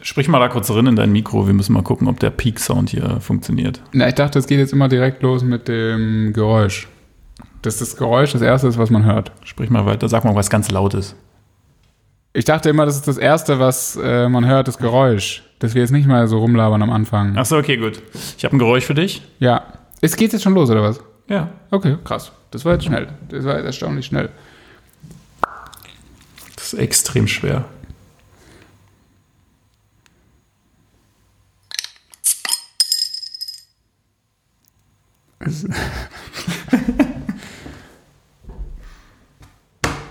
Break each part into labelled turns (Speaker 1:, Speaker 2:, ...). Speaker 1: Sprich mal da kurz rein in dein Mikro. Wir müssen mal gucken, ob der Peak-Sound hier funktioniert.
Speaker 2: Na, ich dachte, es geht jetzt immer direkt los mit dem Geräusch. Dass das Geräusch das erste ist, was man hört.
Speaker 1: Sprich mal weiter. Sag mal was ganz Lautes.
Speaker 2: Ich dachte immer, das ist das erste, was äh, man hört, das Geräusch. Dass wir jetzt nicht mal so rumlabern am Anfang.
Speaker 1: Achso, okay, gut. Ich habe ein Geräusch für dich.
Speaker 2: Ja. Es geht jetzt schon los, oder was?
Speaker 1: Ja.
Speaker 2: Okay, krass. Das war jetzt schnell. Das war jetzt erstaunlich schnell.
Speaker 1: Das ist extrem schwer.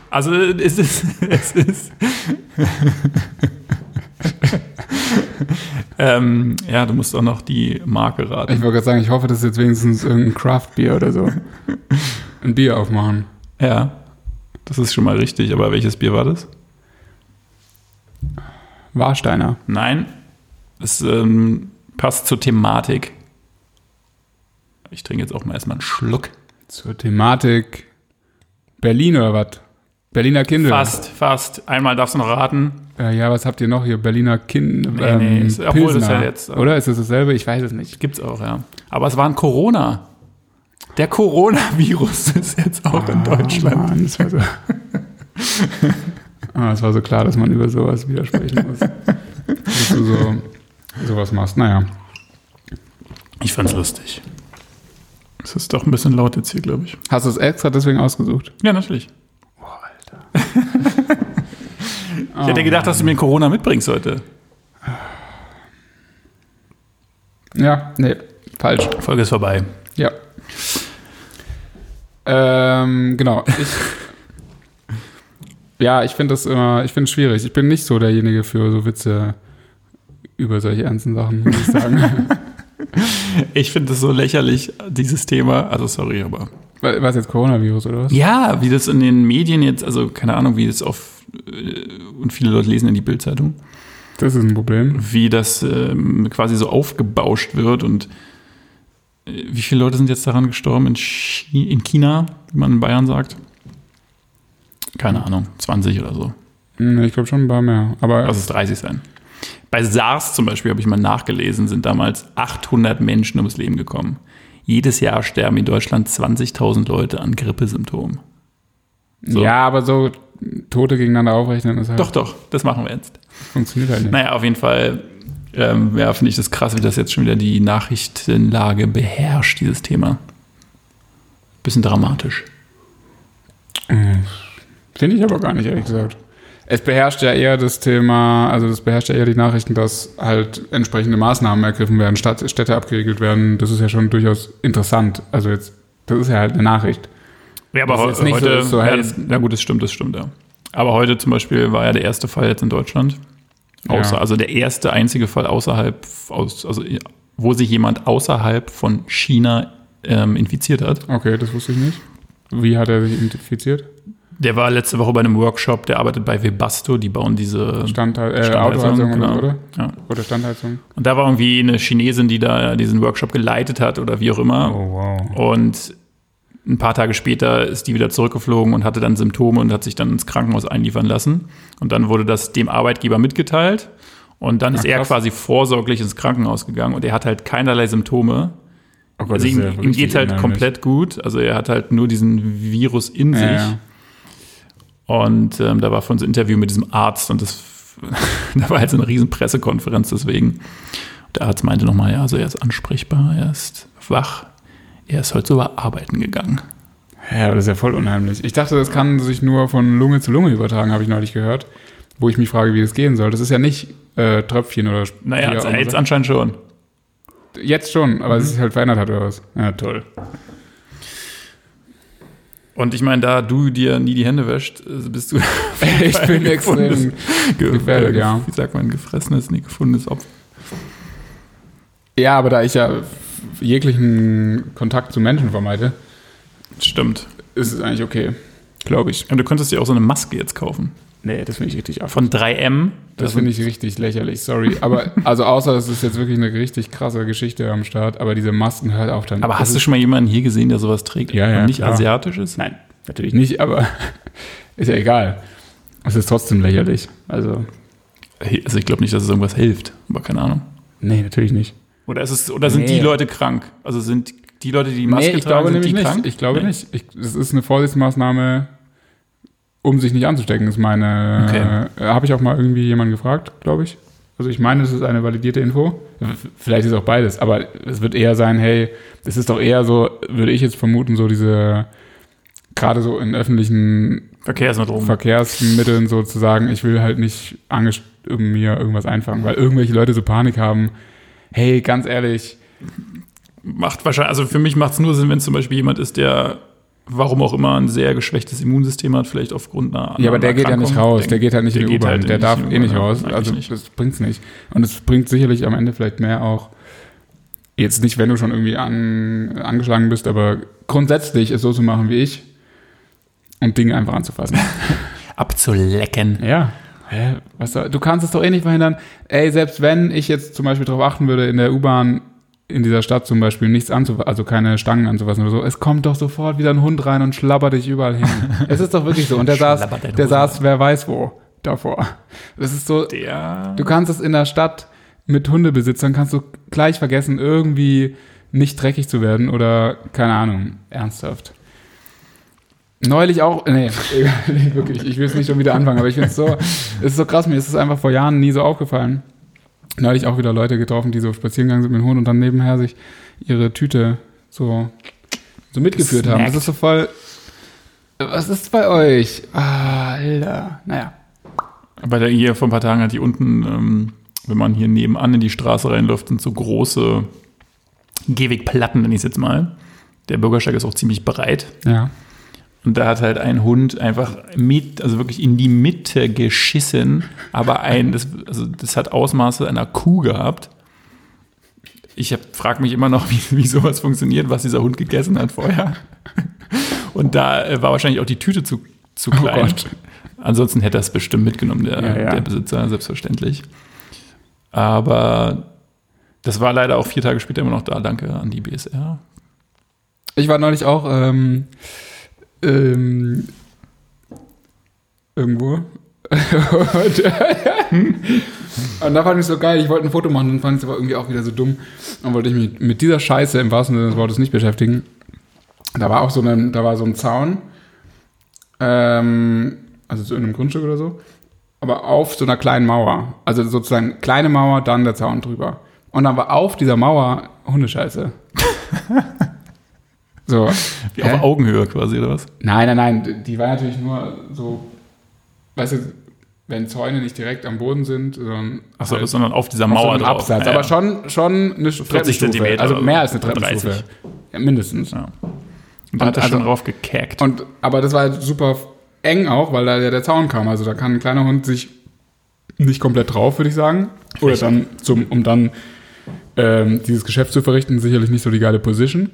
Speaker 1: Also es ist, es ist. ähm, ja, du musst auch noch die Marke
Speaker 2: Ich
Speaker 1: raten.
Speaker 2: wollte gerade sagen, ich hoffe, das ist jetzt wenigstens irgendein Craft-Bier oder so. Ein Bier aufmachen.
Speaker 1: Ja, das ist schon mal richtig. Aber welches Bier war das?
Speaker 2: Warsteiner.
Speaker 1: Nein, es ähm, passt zur Thematik. Ich trinke jetzt auch mal erstmal einen Schluck.
Speaker 2: Zur Thematik Berlin oder was? Berliner Kindle.
Speaker 1: Fast, fast. Einmal darfst du noch raten.
Speaker 2: Äh, ja, was habt ihr noch hier? Berliner Kind. ähm,
Speaker 1: Nee, nee, ist- obwohl, das ist ja jetzt- äh,
Speaker 2: Oder ist es dasselbe? Ich weiß es nicht.
Speaker 1: Gibt's auch, ja. Aber es war ein Corona. Der Coronavirus ist jetzt auch in Deutschland.
Speaker 2: Ah, Mann, das war so. ah, es war so klar, dass man über sowas widersprechen muss. Dass du so, sowas machst. Naja.
Speaker 1: Ich fand's lustig. Es ist doch ein bisschen laut jetzt hier, glaube ich.
Speaker 2: Hast du es extra deswegen ausgesucht?
Speaker 1: Ja, natürlich.
Speaker 2: Boah, Alter.
Speaker 1: Ich hätte gedacht, dass du mir Corona mitbringst heute.
Speaker 2: Ja, nee, falsch.
Speaker 1: Folge ist vorbei.
Speaker 2: Ja. Ähm, genau. Ich, ja, ich finde das immer, ich finde es schwierig. Ich bin nicht so derjenige für so Witze über solche ernsten Sachen, muss ich sagen.
Speaker 1: Ich finde es so lächerlich, dieses Thema. Also sorry, aber.
Speaker 2: Wa- Was jetzt Coronavirus oder was?
Speaker 1: Ja, wie das in den Medien jetzt, also keine Ahnung, wie das auf. äh, Und viele Leute lesen in die Bildzeitung.
Speaker 2: Das ist ein Problem.
Speaker 1: wie das ähm, quasi so aufgebauscht wird und äh, wie viele Leute sind jetzt daran gestorben in, Chi in China, wie man in Bayern sagt? Keine Ahnung, 20 oder so.
Speaker 2: Hm, Ich glaube schon ein paar mehr. Aber
Speaker 1: Lass es 30 sein. Bei SARS zum Beispiel, habe ich mal nachgelesen, sind damals 800 Menschen ums Leben gekommen. Jedes Jahr sterben in Deutschland 20.000 Leute an Grippesymptomen. so.
Speaker 2: ja, aber so Tote gegeneinander aufrechnen, das halt,
Speaker 1: Doch, doch, das machen wir jetzt.
Speaker 2: funktioniert halt nicht.
Speaker 1: Naja, auf jeden Fall ähm, ja, finde ich das krass, wie das jetzt schon wieder die Nachrichtenlage beherrscht, dieses Thema. Bisschen dramatisch.
Speaker 2: Mhm. Finde ich aber gar nicht, ehrlich gesagt. Es beherrscht ja eher das Thema, also das beherrscht ja eher die Nachrichten, dass halt entsprechende Maßnahmen ergriffen werden, Stadt, Städte abgeriegelt werden. Das ist ja schon durchaus interessant. Also jetzt, das ist ja halt eine Nachricht.
Speaker 1: Ja, aber
Speaker 2: Das ist jetzt nicht so- so
Speaker 1: ja,
Speaker 2: hell.
Speaker 1: das, na gut, das stimmt, das stimmt, ja. Aber heute zum Beispiel war ja der erste Fall jetzt in Deutschland. Außer,
Speaker 2: Ja.
Speaker 1: Also der erste einzige Fall außerhalb, aus, also ja, wo sich jemand außerhalb von China ähm, infiziert hat.
Speaker 2: Okay, das wusste ich nicht. Wie hat er sich identifiziert?
Speaker 1: Der war letzte Woche bei einem Workshop, der arbeitet bei Webasto, die bauen diese
Speaker 2: Standhal äh,
Speaker 1: Standheizung,
Speaker 2: Autoheizung
Speaker 1: genau.
Speaker 2: oder, oder?
Speaker 1: Ja.
Speaker 2: Oder Standheizung?
Speaker 1: Und da war irgendwie eine Chinesin, die da diesen Workshop geleitet hat oder wie auch immer.
Speaker 2: Oh, wow.
Speaker 1: Und ein paar Tage später ist die wieder zurückgeflogen und hatte dann Symptome und hat sich dann ins Krankenhaus einliefern lassen. Und dann wurde das dem Arbeitgeber mitgeteilt. Und dann ist er
Speaker 2: krass.
Speaker 1: quasi vorsorglich ins Krankenhaus gegangen und er hat halt keinerlei Symptome.
Speaker 2: Oh
Speaker 1: Also
Speaker 2: Gott, das ist
Speaker 1: ihm,
Speaker 2: ja
Speaker 1: ihm
Speaker 2: richtig
Speaker 1: geht halt
Speaker 2: unheimlich.
Speaker 1: komplett gut. Also er hat halt nur diesen Virus in
Speaker 2: Ja,
Speaker 1: sich.
Speaker 2: ja.
Speaker 1: Und ähm, da war von so ein Interview mit diesem Arzt und das da war halt so eine riesen Pressekonferenz deswegen. Und der Arzt meinte nochmal, ja, also er ist ansprechbar, er ist wach, er ist heute sogar arbeiten gegangen.
Speaker 2: Ja, aber das ist ja voll unheimlich. Ich dachte, das kann sich nur von Lunge zu Lunge übertragen, habe ich neulich gehört. Wo ich mich frage, wie das gehen soll. Das ist ja nicht äh, Tröpfchen oder Sp-
Speaker 1: Naja,
Speaker 2: wie
Speaker 1: also
Speaker 2: auch immer.
Speaker 1: jetzt anscheinend schon.
Speaker 2: Jetzt schon, aber es sich halt verändert hat oder was. Ja, toll.
Speaker 1: Und ich meine, da du dir nie die Hände wäschst, äh, bist du
Speaker 2: Ich bin
Speaker 1: gefundenes-
Speaker 2: extrem.
Speaker 1: ge
Speaker 2: gefährdet,
Speaker 1: äh,
Speaker 2: ja.
Speaker 1: Wie sagt man, gefressenes, nee, gefundenes Opfer.
Speaker 2: Ja, aber da ich ja jeglichen Kontakt zu Menschen vermeide,
Speaker 1: Stimmt.
Speaker 2: ist es eigentlich okay. Glaube ich.
Speaker 1: Und du könntest dir auch so eine Maske jetzt kaufen.
Speaker 2: Nee, das finde ich richtig ab.
Speaker 1: Von 3M.
Speaker 2: Das finde ich richtig lächerlich, sorry. Aber, also außer es ist jetzt wirklich eine richtig krasse Geschichte am Start, aber diese Masken hört auf dann.
Speaker 1: Aber
Speaker 2: Das
Speaker 1: hast du
Speaker 2: ist-
Speaker 1: schon mal jemanden hier gesehen, der sowas trägt
Speaker 2: Ja, ja,
Speaker 1: und nicht
Speaker 2: klar.
Speaker 1: asiatisch ist?
Speaker 2: Nein, natürlich nicht, aber ist ja egal. Es ist trotzdem lächerlich. Also,
Speaker 1: Also ich glaube nicht, dass es irgendwas hilft, aber keine Ahnung.
Speaker 2: Nee, natürlich nicht.
Speaker 1: Oder, ist es, oder sind
Speaker 2: Nee.
Speaker 1: die Leute krank? Also sind die Leute, die die Maske
Speaker 2: Nee, ich
Speaker 1: tragen,
Speaker 2: glaube
Speaker 1: sind
Speaker 2: nämlich
Speaker 1: die
Speaker 2: nicht.
Speaker 1: krank?
Speaker 2: Ich glaube
Speaker 1: Nee.
Speaker 2: nicht. Ich, es ist eine Vorsichtsmaßnahme, um sich nicht anzustecken, ist meine.
Speaker 1: Okay.
Speaker 2: Äh, Habe ich auch mal irgendwie jemanden gefragt, glaube ich. Also ich meine, es ist eine validierte Info. V- Vielleicht ist auch beides, aber es wird eher sein, hey, es ist doch eher so, würde ich jetzt vermuten, so diese, gerade so in öffentlichen
Speaker 1: Verkehrsmittel.
Speaker 2: Um Verkehrsmitteln sozusagen, ich will halt nicht angest um mir irgendwas einfangen, weil irgendwelche Leute so Panik haben. Hey, ganz ehrlich,
Speaker 1: macht wahrscheinlich, also für mich macht es nur Sinn, wenn es zum Beispiel jemand ist, der warum auch immer ein sehr geschwächtes Immunsystem hat, vielleicht aufgrund einer
Speaker 2: Ja, aber der geht ja
Speaker 1: Erkrankung.
Speaker 2: nicht raus, der geht halt nicht
Speaker 1: der
Speaker 2: in die
Speaker 1: geht
Speaker 2: U-Bahn,
Speaker 1: halt
Speaker 2: der
Speaker 1: nicht
Speaker 2: darf
Speaker 1: in die
Speaker 2: eh nicht
Speaker 1: U-Bahn,
Speaker 2: raus.
Speaker 1: eigentlich
Speaker 2: Also
Speaker 1: nicht.
Speaker 2: das bringt's nicht. Und es bringt sicherlich am Ende vielleicht mehr auch, jetzt nicht, wenn du schon irgendwie an, angeschlagen bist, aber grundsätzlich es so zu machen wie ich und Dinge einfach anzufassen.
Speaker 1: abzulecken.
Speaker 2: ja. Hä? Was soll- du kannst es doch eh nicht verhindern. Ey, selbst wenn ich jetzt zum Beispiel darauf achten würde, in der U-Bahn in dieser Stadt zum Beispiel nichts anzufassen, also keine Stangen anzufassen oder so, es kommt doch sofort wieder ein Hund rein und schlabbert dich überall hin. es ist doch wirklich so. Und der saß,
Speaker 1: Schlabbert deine
Speaker 2: der
Speaker 1: Hose
Speaker 2: saß, wer weiß wo, davor. Das ist so,
Speaker 1: Der
Speaker 2: du kannst es in der Stadt mit Hundebesitzern, kannst du gleich vergessen, irgendwie nicht dreckig zu werden oder, keine Ahnung, ernsthaft. Neulich auch, nee, egal, nee wirklich, ich will es nicht schon wieder anfangen, aber ich finde es so, es ist so krass, mir ist es einfach vor Jahren nie so aufgefallen. Neulich auch wieder Leute getroffen, die so spazieren gegangen sind mit dem Hund und dann nebenher sich ihre Tüte so, so mitgeführt haben. Das
Speaker 1: Gesnackt.
Speaker 2: ist so voll, was ist bei euch? Ah, Alter, naja.
Speaker 1: Bei der hier vor ein paar Tagen hat die unten, ähm, wenn man hier nebenan in die Straße reinläuft, sind so große Gehwegplatten, nenne ich es jetzt mal. Der Bürgersteig ist auch ziemlich breit.
Speaker 2: Ja.
Speaker 1: Und da hat halt ein Hund einfach mit, also wirklich in die Mitte geschissen, aber ein, das, also das hat Ausmaße einer Kuh gehabt. Ich frage mich immer noch, wie, wie sowas funktioniert, was dieser Hund gegessen hat vorher. Und da äh, war wahrscheinlich auch die Tüte zu, zu klein.
Speaker 2: Oh Gott.
Speaker 1: Ansonsten hätte er es bestimmt mitgenommen, der,
Speaker 2: Ja, ja.
Speaker 1: der Besitzer, selbstverständlich. Aber das war leider auch vier Tage später immer noch da. Danke an die BSR.
Speaker 2: Ich war neulich auch ähm, ähm, irgendwo. und, und da fand ich so geil, ich wollte ein Foto machen, dann fand ich es aber irgendwie auch wieder so dumm und wollte ich mich mit dieser Scheiße im wahrsten Sinne des Wortes nicht beschäftigen. Da war auch so ein, da war so ein Zaun, ähm, also so in einem Grundstück oder so, aber auf so einer kleinen Mauer. Also sozusagen kleine Mauer, dann der Zaun drüber. Und dann war auf dieser Mauer Hundescheiße. so.
Speaker 1: Wie
Speaker 2: Hä?
Speaker 1: auf Augenhöhe quasi, oder was?
Speaker 2: Nein, nein, nein. Die war natürlich nur so, weißt du, wenn Zäune nicht direkt am Boden sind, sondern
Speaker 1: Achso,
Speaker 2: halt
Speaker 1: sondern auf dieser
Speaker 2: auf so
Speaker 1: Mauer
Speaker 2: einem
Speaker 1: drauf.
Speaker 2: Absatz.
Speaker 1: Ja, ja.
Speaker 2: Aber schon, schon eine 40 Treppenstufe.
Speaker 1: Zentimeter
Speaker 2: also
Speaker 1: oder so.
Speaker 2: mehr als eine
Speaker 1: 30.
Speaker 2: Treppenstufe. Ja, mindestens.
Speaker 1: Ja. Und da
Speaker 2: Und
Speaker 1: hat er
Speaker 2: also-
Speaker 1: schon drauf gekackt.
Speaker 2: Und, aber das war halt super eng auch, weil da ja der Zaun kam. Also da kann ein kleiner Hund sich nicht komplett drauf, würde ich sagen. Oder dann, zum, um dann ähm, dieses Geschäft zu verrichten, sicherlich nicht so die geile Position.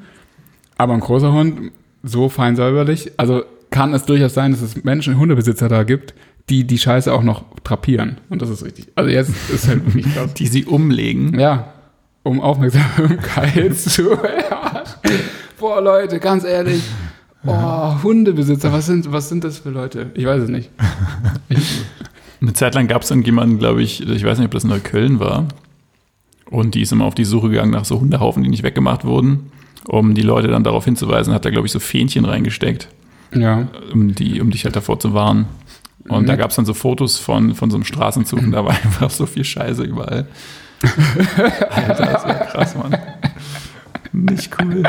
Speaker 2: Aber ein großer Hund, so fein säuberlich, also kann es durchaus sein, dass es Menschen, Hundebesitzer da gibt, die die Scheiße auch noch drapieren. Und das ist richtig. Also jetzt ist halt wirklich krass.
Speaker 1: die sie umlegen.
Speaker 2: Ja, um Aufmerksamkeit zu Boah, Leute, ganz ehrlich. Boah, Hundebesitzer, was sind, was sind das für Leute? Ich weiß es nicht. Ich,
Speaker 1: Eine Zeit lang gab es irgendjemanden, glaube ich, ich weiß nicht, ob das Neukölln war. Und die ist immer auf die Suche gegangen nach so Hundehaufen, die nicht weggemacht wurden. Um die Leute dann darauf hinzuweisen, hat er, glaube ich, so Fähnchen reingesteckt,
Speaker 2: ja.
Speaker 1: um, die, um dich halt davor zu warnen. Und
Speaker 2: Mhm.
Speaker 1: da gab es dann so Fotos von, von so einem Straßenzug und da war einfach so viel Scheiße überall. Alter, das war krass, Mann. Nicht cool.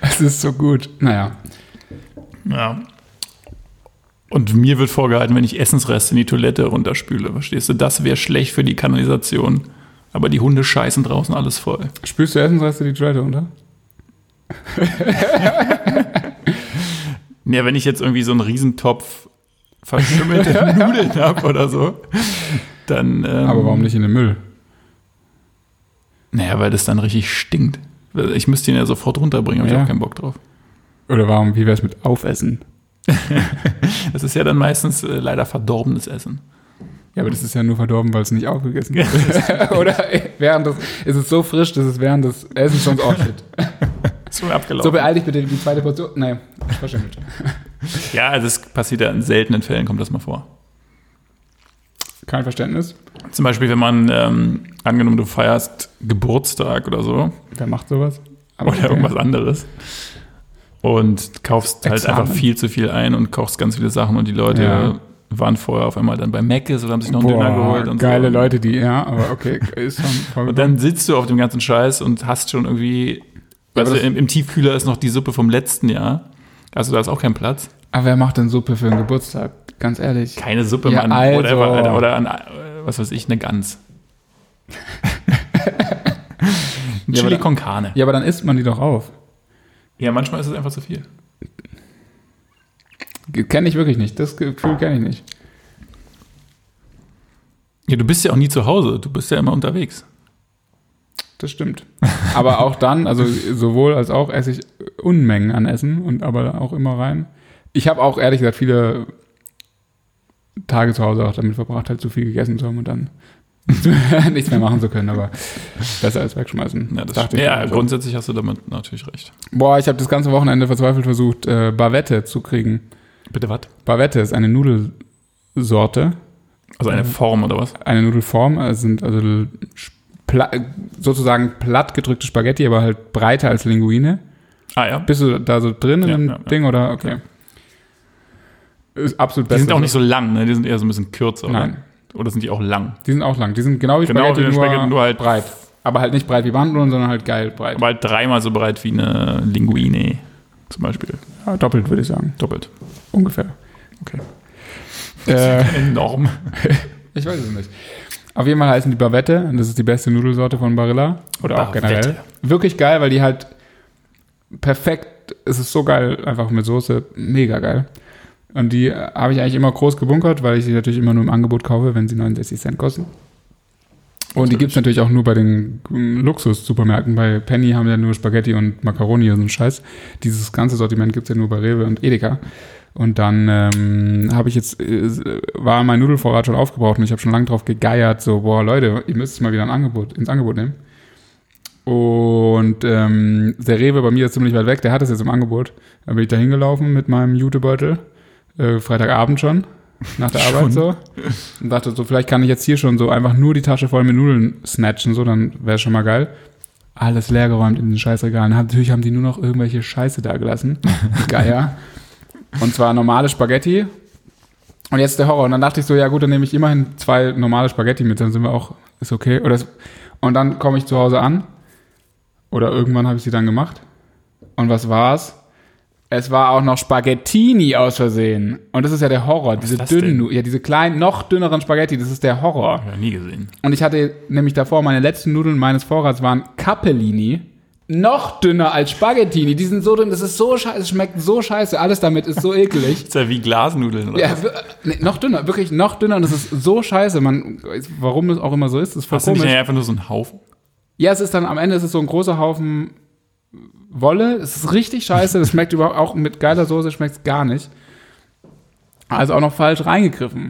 Speaker 2: Es ist so gut. Naja.
Speaker 1: Ja. Und mir wird vorgehalten, wenn ich Essensreste in die Toilette runterspüle, verstehst du? Das wäre schlecht für die Kanalisation. Aber die Hunde scheißen draußen alles voll.
Speaker 2: Spürst du Essensreste die Toilette unter?
Speaker 1: Ja, wenn ich jetzt irgendwie so einen Riesentopf verschimmelte Nudeln habe oder so, dann. Ähm,
Speaker 2: Aber warum nicht in den Müll?
Speaker 1: Naja, weil das dann richtig stinkt. Ich müsste ihn ja sofort runterbringen, habe ich
Speaker 2: Ja.
Speaker 1: auch keinen Bock drauf.
Speaker 2: Oder warum, wie wär's mit Aufessen?
Speaker 1: Das ist ja dann meistens äh, leider verdorbenes Essen.
Speaker 2: Ja, aber das ist ja nur verdorben, weil es nicht aufgegessen wird. Oder äh, während des, ist es so frisch, dass es während des Essens schon oh shit.
Speaker 1: Ist schon abgelaufen.
Speaker 2: So beeil dich bitte die zweite Portion. Nein, verschimmelt.
Speaker 1: ja, also es passiert ja in seltenen Fällen, kommt das mal vor.
Speaker 2: Kein Verständnis.
Speaker 1: Zum Beispiel, wenn man, ähm, angenommen, du feierst Geburtstag oder so
Speaker 2: Wer macht sowas? Aber
Speaker 1: oder um
Speaker 2: okay.
Speaker 1: irgendwas anderes und kaufst halt
Speaker 2: Examen.
Speaker 1: einfach viel zu viel ein und kaufst ganz viele Sachen und die Leute
Speaker 2: Ja.
Speaker 1: waren vorher auf einmal dann bei Mc's oder haben sich noch einen Döner
Speaker 2: Boah,
Speaker 1: geholt und
Speaker 2: geile
Speaker 1: so.
Speaker 2: Leute, die, ja, aber okay, ist schon voll
Speaker 1: Und dann sitzt du auf dem ganzen Scheiß und hast schon irgendwie, also
Speaker 2: das-
Speaker 1: im, im Tiefkühler ist noch die Suppe vom letzten Jahr. Also da ist auch kein Platz.
Speaker 2: Aber wer macht denn Suppe für einen Geburtstag? Ganz ehrlich.
Speaker 1: Keine Suppe,
Speaker 2: Ja,
Speaker 1: Mann.
Speaker 2: also.
Speaker 1: Whatever, Alter. Oder an, äh, was weiß ich, eine Gans. Ein
Speaker 2: Ja, aber
Speaker 1: Chili
Speaker 2: da-
Speaker 1: con Carne.
Speaker 2: Ja, aber dann isst man die doch auf.
Speaker 1: Ja, manchmal ist es einfach zu viel.
Speaker 2: Kenne ich wirklich nicht. Das Gefühl kenne ich nicht.
Speaker 1: Ja, du bist ja auch nie zu Hause. Du bist ja immer unterwegs.
Speaker 2: Das stimmt. Aber auch dann, also sowohl als auch esse ich Unmengen an Essen und aber auch immer rein. Ich habe auch ehrlich gesagt viele Tage zu Hause auch damit verbracht, halt zu viel gegessen zu haben und dann nichts mehr- nichts mehr machen zu können, aber besser als wegschmeißen.
Speaker 1: Ja, das
Speaker 2: Dachte ich
Speaker 1: ja
Speaker 2: mir so.
Speaker 1: grundsätzlich hast du damit natürlich recht.
Speaker 2: Boah, ich habe das ganze Wochenende verzweifelt versucht, äh, Bavette zu kriegen.
Speaker 1: Bitte was?
Speaker 2: Bavette ist eine Nudelsorte,
Speaker 1: Also eine
Speaker 2: Mhm.
Speaker 1: Form oder was?
Speaker 2: eine Nudelform, also sind also l- sch- pla sozusagen platt gedrückte Spaghetti, aber halt breiter als Linguine.
Speaker 1: Ah ja.
Speaker 2: Bist du da so drin in
Speaker 1: Ja,
Speaker 2: dem
Speaker 1: ja, ja.
Speaker 2: Ding oder? Okay. Ist absolut
Speaker 1: Die sind auch nicht
Speaker 2: so
Speaker 1: so lang, ne? Die sind eher so ein bisschen kürzer, oder?
Speaker 2: Nein,
Speaker 1: Oder sind die auch lang?
Speaker 2: die sind auch lang. Die sind genau wie
Speaker 1: Genau
Speaker 2: Spaghetti,
Speaker 1: wie eine
Speaker 2: nur,
Speaker 1: Spaghetti, nur halt-
Speaker 2: breit. Aber halt nicht breit wie Bandnudeln, sondern halt geil breit.
Speaker 1: Aber halt dreimal so breit wie eine Linguine zum Beispiel.
Speaker 2: Ja, doppelt würde ich sagen.
Speaker 1: Doppelt.
Speaker 2: Ungefähr.
Speaker 1: Okay.
Speaker 2: Äh,
Speaker 1: Enorm.
Speaker 2: ich weiß es nicht. Auf jeden Fall heißen die Bavette und das ist die beste Nudelsorte von Barilla. Oder auch
Speaker 1: Bavette.
Speaker 2: generell. Wirklich geil, weil die halt perfekt, es ist so geil, einfach mit Soße, mega geil. Und die äh, habe ich eigentlich immer groß gebunkert, weil ich sie natürlich immer nur im Angebot kaufe, wenn sie 69 Cent kosten. Und die gibt es natürlich auch nur bei den mm, Luxus-Supermärkten. Bei Penny haben ja nur Spaghetti und Macaroni und so einen Scheiß. Dieses ganze Sortiment gibt es ja nur bei Rewe und Edeka. Und dann ähm, habe ich jetzt, äh, war mein Nudelvorrat schon aufgebraucht und ich habe schon lange drauf gegeiert, so, boah, Leute, ihr müsst es mal wieder ein Angebot, ins Angebot nehmen. Und ähm, der Rewe bei mir ist ziemlich weit weg, der hat es jetzt im Angebot. Da bin ich da hingelaufen mit meinem Jutebeutel, äh, Freitagabend schon, nach der Arbeit
Speaker 1: Schon?
Speaker 2: so. Und dachte so, vielleicht kann ich jetzt hier schon so einfach nur die Tasche voll mit Nudeln snatchen, so, dann wäre schon mal geil. Alles leergeräumt in den Scheißregalen. Hab- Natürlich haben die nur noch irgendwelche Scheiße da gelassen. Geier. Und zwar normale Spaghetti. Und jetzt der Horror. Und dann dachte ich so, ja gut, dann nehme ich immerhin zwei normale Spaghetti mit, dann sind wir auch, ist okay. Oder es- und dann komme ich zu Hause an. Oder irgendwann habe ich sie dann gemacht. Und was war's? Es war auch noch Spaghettini aus Versehen. Und das ist ja der Horror.
Speaker 1: Was
Speaker 2: Diese
Speaker 1: ist das denn?
Speaker 2: dünnen, ja, diese kleinen, noch dünneren Spaghetti, das ist der Horror.
Speaker 1: Hab ich nie gesehen.
Speaker 2: Und ich hatte nämlich davor, meine letzten Nudeln meines Vorrats waren Cappellini. Noch dünner als Spaghettini. Die sind so dünn, das ist so scheiße, es schmeckt so scheiße. Alles damit ist so eklig.
Speaker 1: Ist ja wie Glasnudeln oder
Speaker 2: Ja, wir- nee, noch dünner, wirklich noch dünner. Und es ist so scheiße. Man, warum es auch immer so ist, ist voll
Speaker 1: Hast du nicht
Speaker 2: komisch.
Speaker 1: einfach nur so einen Haufen?
Speaker 2: Ja, es ist dann am Ende ist es so ein großer Haufen Wolle. Es ist richtig scheiße. Das schmeckt überhaupt auch mit geiler Soße schmeckt es gar nicht. Also auch noch falsch reingegriffen.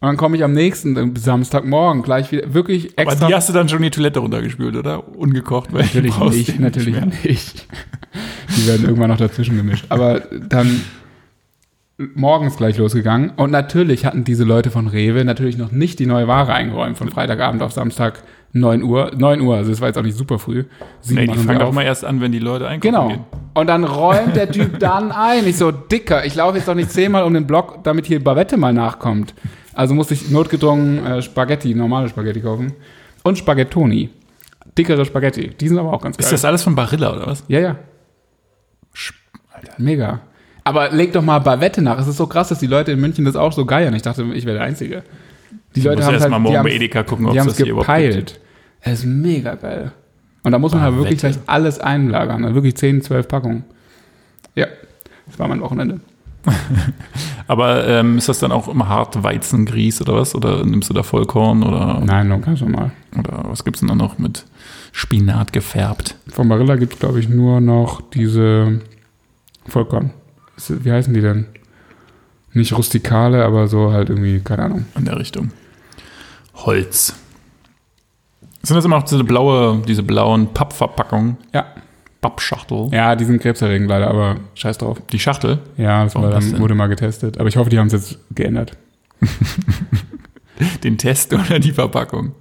Speaker 2: Und dann komme ich am nächsten Samstagmorgen gleich wieder wirklich
Speaker 1: Aber
Speaker 2: extra
Speaker 1: die hast du dann schon in die Toilette runtergespült, oder? Ungekocht, weil
Speaker 2: Natürlich nicht, natürlich
Speaker 1: mehr.
Speaker 2: nicht, Die werden irgendwann noch dazwischen gemischt. Aber dann morgens gleich losgegangen. Und natürlich hatten diese Leute von Rewe natürlich noch nicht die neue Ware eingeräumt von Freitagabend auf Samstag 9 Uhr. 9 Uhr, also es war jetzt auch nicht super früh. Sieben
Speaker 1: Nee, die
Speaker 2: machen sie
Speaker 1: fangen
Speaker 2: auf.
Speaker 1: doch mal erst an, wenn die Leute einkaufen
Speaker 2: Genau.
Speaker 1: gehen.
Speaker 2: Und dann räumt der Typ dann ein. Ich so, Dicker, ich laufe jetzt doch nicht zehnmal um den Block, damit hier Bavette mal nachkommt. Also musste ich notgedrungen äh, Spaghetti, normale Spaghetti kaufen. Und Spaghettoni. Dickere Spaghetti. Die sind aber auch ganz geil.
Speaker 1: Ist das alles von Barilla oder was?
Speaker 2: Ja, ja. Mega. Aber leg doch mal Bavette nach. Es ist so krass, dass die Leute in München das auch so geiern. Ich dachte, ich wäre der Einzige. Die Leute
Speaker 1: musst
Speaker 2: haben
Speaker 1: erst
Speaker 2: halt,
Speaker 1: mal
Speaker 2: die
Speaker 1: morgen bei
Speaker 2: haben's-
Speaker 1: Edeka gucken, ob's
Speaker 2: die haben es
Speaker 1: das hier überhaupt Ah,
Speaker 2: gepeilt. Es ist mega geil. Und da muss man halt wirklich
Speaker 1: Bavette.
Speaker 2: gleich alles einlagern. Also Wirklich 10, 12 Packungen. Ja, das war mein Wochenende.
Speaker 1: Aber ähm, ist das dann auch immer hart Weizengrieß oder was? Oder nimmst du da Vollkorn oder,
Speaker 2: Nein, nur ganz normal.
Speaker 1: oder was gibt's denn da noch mit Spinat gefärbt?
Speaker 2: Von Barilla gibt es, glaube ich, nur noch diese Vollkorn. Wie heißen die denn? Nicht rustikale, aber so halt irgendwie, keine Ahnung.
Speaker 1: in der Richtung. Holz. Sind das immer auch diese blaue, diese blauen Pappverpackungen?
Speaker 2: Ja.
Speaker 1: Pappschachtel.
Speaker 2: Ja, die sind krebserregend leider, aber scheiß drauf.
Speaker 1: Die Schachtel.
Speaker 2: Ja, das
Speaker 1: Warum
Speaker 2: war
Speaker 1: das
Speaker 2: dann,
Speaker 1: denn?
Speaker 2: wurde mal getestet. Aber ich hoffe, die haben es jetzt geändert.
Speaker 1: den Test oder die Verpackung.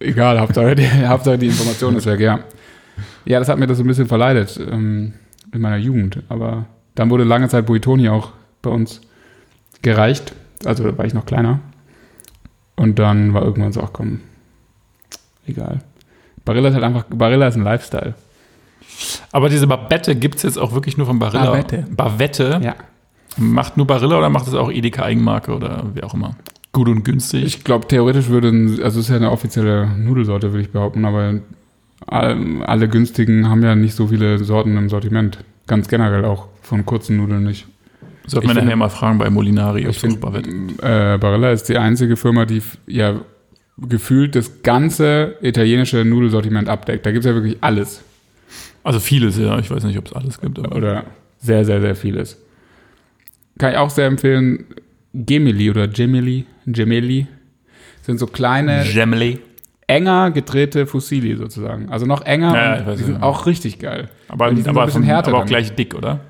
Speaker 2: Egal, Hauptsache die, Hauptsache die Information ist weg, ja. Ja, das hat mir das so ein bisschen verleidet ähm, in meiner Jugend. Aber dann wurde lange Zeit Buitoni auch bei uns gereicht. Also da war ich noch kleiner. Und dann war irgendwann so, ach komm, egal. Barilla ist halt einfach, Barilla ist ein Lifestyle.
Speaker 1: Aber diese Babette gibt es jetzt auch wirklich nur von Barilla.
Speaker 2: Bavette.
Speaker 1: Bavette.
Speaker 2: Ja.
Speaker 1: Macht nur Barilla oder macht es auch Edeka Eigenmarke oder wer auch immer? Gut und günstig.
Speaker 2: Ich glaube, theoretisch würde, ein- also es ist ja eine offizielle Nudelsorte, würde ich behaupten, aber all- alle günstigen haben ja nicht so viele Sorten im Sortiment. Ganz generell auch von kurzen Nudeln nicht.
Speaker 1: Sollten wir
Speaker 2: ich
Speaker 1: nachher
Speaker 2: finde-
Speaker 1: mal fragen bei Molinari, ob es
Speaker 2: Ich
Speaker 1: auch
Speaker 2: finde,
Speaker 1: Bavette
Speaker 2: äh, Barilla ist die einzige Firma, die f- ja gefühlt das ganze italienische Nudelsortiment abdeckt. Da gibt es ja wirklich alles.
Speaker 1: Also vieles, ja. Ich weiß nicht, ob es alles gibt. Aber
Speaker 2: Oder sehr, sehr, sehr vieles. Kann ich auch sehr empfehlen, Gemili oder Gemili, Gemelli sind so kleine,
Speaker 1: Gemily.
Speaker 2: enger gedrehte Fusilli sozusagen. Also noch enger,
Speaker 1: Ja,
Speaker 2: und
Speaker 1: ich weiß,
Speaker 2: die sind
Speaker 1: ja.
Speaker 2: auch richtig geil.
Speaker 1: Aber,
Speaker 2: Und die sind so ein
Speaker 1: aber,
Speaker 2: bisschen
Speaker 1: von,
Speaker 2: härter
Speaker 1: aber auch
Speaker 2: dann.
Speaker 1: gleich dick, oder?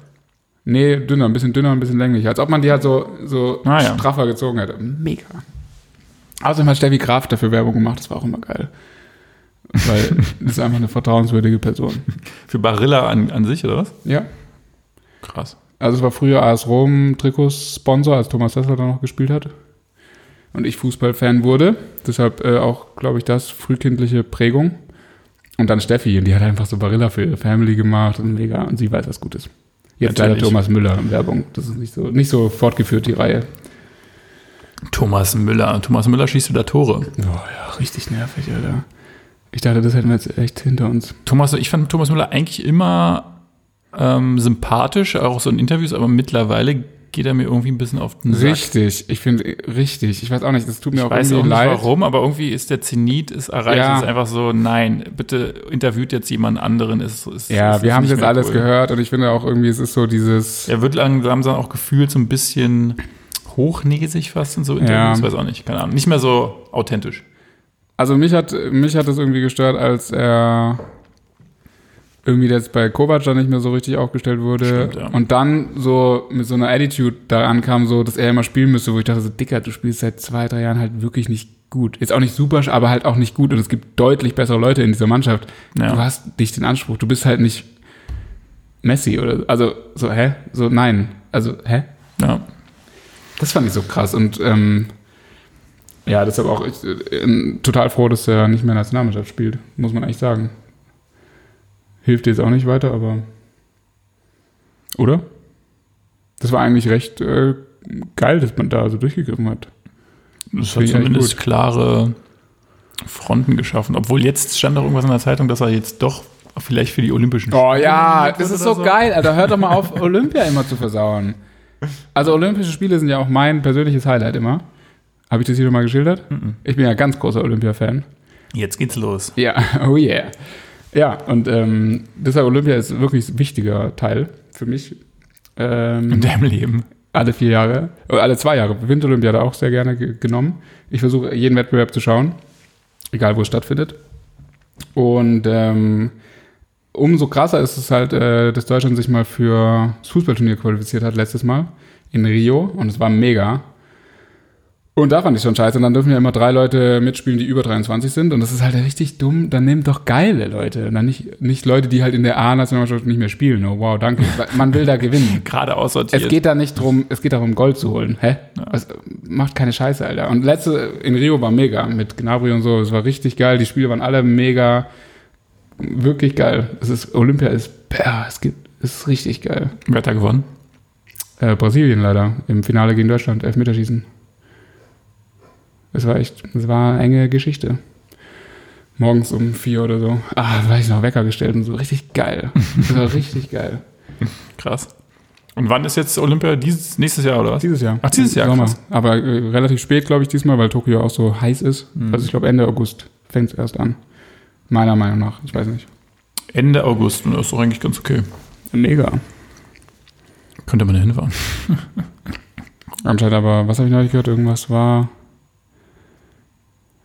Speaker 2: Nee, dünner, ein bisschen dünner, ein bisschen länglicher. Als ob man die halt so, so
Speaker 1: Ah, ja.
Speaker 2: straffer gezogen hätte. Mega. Außerdem hat Steffi Graf dafür Werbung gemacht, das war auch immer geil. Weil das ist einfach eine vertrauenswürdige Person.
Speaker 1: Für Barilla an, an sich, oder was?
Speaker 2: Ja.
Speaker 1: Krass.
Speaker 2: Also es war früher AS Rom Trikotsponsor, als Thomas Sessler da noch gespielt hat. Und ich Fußballfan wurde. Deshalb äh, auch, glaube ich, das frühkindliche Prägung. Und dann Steffi, und die hat einfach so Barilla für ihre Family gemacht und mega, und sie weiß, was gut ist. Jetzt leider
Speaker 1: Natürlich.
Speaker 2: Thomas Müller in Werbung. Das ist nicht so, nicht so fortgeführt, die Reihe.
Speaker 1: Thomas Müller. Thomas Müller schießt wieder Tore.
Speaker 2: Oh ja, richtig nervig, Alter. Ich dachte, das hätten wir jetzt echt hinter uns.
Speaker 1: Thomas, ich fand Thomas Müller eigentlich immer ähm, sympathisch, auch so in Interviews, aber mittlerweile geht er mir irgendwie ein bisschen auf den Sack.
Speaker 2: Richtig, ich finde, richtig. Ich weiß auch nicht, das tut mir
Speaker 1: Ich
Speaker 2: auch
Speaker 1: weiß auch
Speaker 2: irgendwie
Speaker 1: nicht
Speaker 2: leid.
Speaker 1: warum, aber irgendwie ist der Zenit ist erreicht.
Speaker 2: Ja.
Speaker 1: Es ist einfach so, nein, bitte interviewt jetzt jemand anderen. Ist, ist,
Speaker 2: Ja,
Speaker 1: ist
Speaker 2: wir haben
Speaker 1: nicht
Speaker 2: jetzt
Speaker 1: mehr
Speaker 2: alles
Speaker 1: cool.
Speaker 2: gehört und ich finde auch irgendwie, es ist so dieses.
Speaker 1: Er wird langsam dann auch gefühlt so ein bisschen hochnäsig fast in so Interviews.
Speaker 2: Ja.
Speaker 1: Weiß auch nicht, keine Ahnung. Nicht mehr so authentisch.
Speaker 2: Also mich hat mich hat das irgendwie gestört, als er irgendwie jetzt bei Kovac dann nicht mehr so richtig aufgestellt wurde
Speaker 1: Stimmt, ja.
Speaker 2: und dann so mit so einer Attitude da ankam, so dass er immer spielen müsste, wo ich dachte so Dicker, du spielst seit zwei drei Jahren halt wirklich nicht gut, ist auch nicht super, aber halt auch nicht gut und es gibt deutlich bessere Leute in dieser Mannschaft.
Speaker 1: Ja.
Speaker 2: Du hast nicht den Anspruch, du bist halt nicht Messi oder also so hä so nein also hä
Speaker 1: Ja.
Speaker 2: das fand ich so krass und ähm, ja, deshalb auch ich, äh, total froh, dass er nicht mehr Nationalmannschaft spielt, muss man eigentlich sagen. Hilft jetzt auch nicht weiter, aber. Oder? Das war eigentlich recht äh, geil, dass man da so durchgegriffen hat.
Speaker 1: Das hat
Speaker 2: Finde ich eigentlich
Speaker 1: zumindest klare Fronten geschaffen. Obwohl jetzt stand doch irgendwas in der Zeitung, dass er jetzt doch vielleicht für die Olympischen
Speaker 2: Oh ja, das
Speaker 1: Oder
Speaker 2: ist so,
Speaker 1: so.
Speaker 2: geil, Alter. Hört doch mal auf, Olympia immer zu versauen. Also Olympische Spiele sind ja auch mein persönliches Highlight immer. Habe ich das hier schon mal geschildert? Ich bin ja ganz großer Olympia-Fan.
Speaker 1: Jetzt geht's los.
Speaker 2: Ja, oh yeah. Ja, und ähm, deshalb Olympia ist wirklich ein wichtiger Teil für mich.
Speaker 1: In
Speaker 2: Ähm,
Speaker 1: deinem Leben.
Speaker 2: alle vier Jahre, oder alle zwei Jahre, Winterolympiade auch sehr gerne ge genommen. Ich versuche jeden Wettbewerb zu schauen, egal wo es stattfindet. Und ähm, umso krasser ist es halt, äh, dass Deutschland sich mal für das Fußballturnier qualifiziert hat letztes Mal in Rio und es war mega. Und da fand ich schon scheiße. Und dann dürfen ja immer drei Leute mitspielen, die über 23 sind. Und das ist halt richtig dumm. Dann nehmt doch geile Leute. Und dann nicht, nicht Leute, die halt in der A-Nationalmannschaft nicht mehr spielen. Oh, wow, danke. Man will da gewinnen.
Speaker 1: Gerade aussortiert.
Speaker 2: Es geht da nicht drum, es geht darum, Gold zu holen. Hä? Was, macht keine Scheiße, Alter. Und letzte in Rio war mega mit Gnabry und so. Es war richtig geil. Die Spiele waren alle mega, wirklich geil. Es ist Olympia ist, ja, es gibt, es ist richtig geil.
Speaker 1: Wer hat da gewonnen?
Speaker 2: Äh, Brasilien leider im Finale gegen Deutschland Elfmeterschießen. Es war echt, es war eine enge Geschichte. Morgens um vier oder so. Ah, da war ich noch Wecker gestellt und so. Richtig geil. Das war richtig geil.
Speaker 1: Krass. Und wann ist jetzt Olympia? Dieses, nächstes Jahr oder was?
Speaker 2: Dieses Jahr.
Speaker 1: Ach, dieses Jahr,
Speaker 2: Sommer.
Speaker 1: krass.
Speaker 2: Aber äh, relativ spät, glaube ich, diesmal, weil Tokio auch so heiß ist. Also ich glaube, Ende August fängt es erst an. Meiner Meinung nach. Ich weiß nicht.
Speaker 1: Ende August. Und das ist doch eigentlich ganz okay.
Speaker 2: Mega.
Speaker 1: Könnte man ja hinfahren.
Speaker 2: Anscheinend aber, was habe ich neulich gehört? Irgendwas war.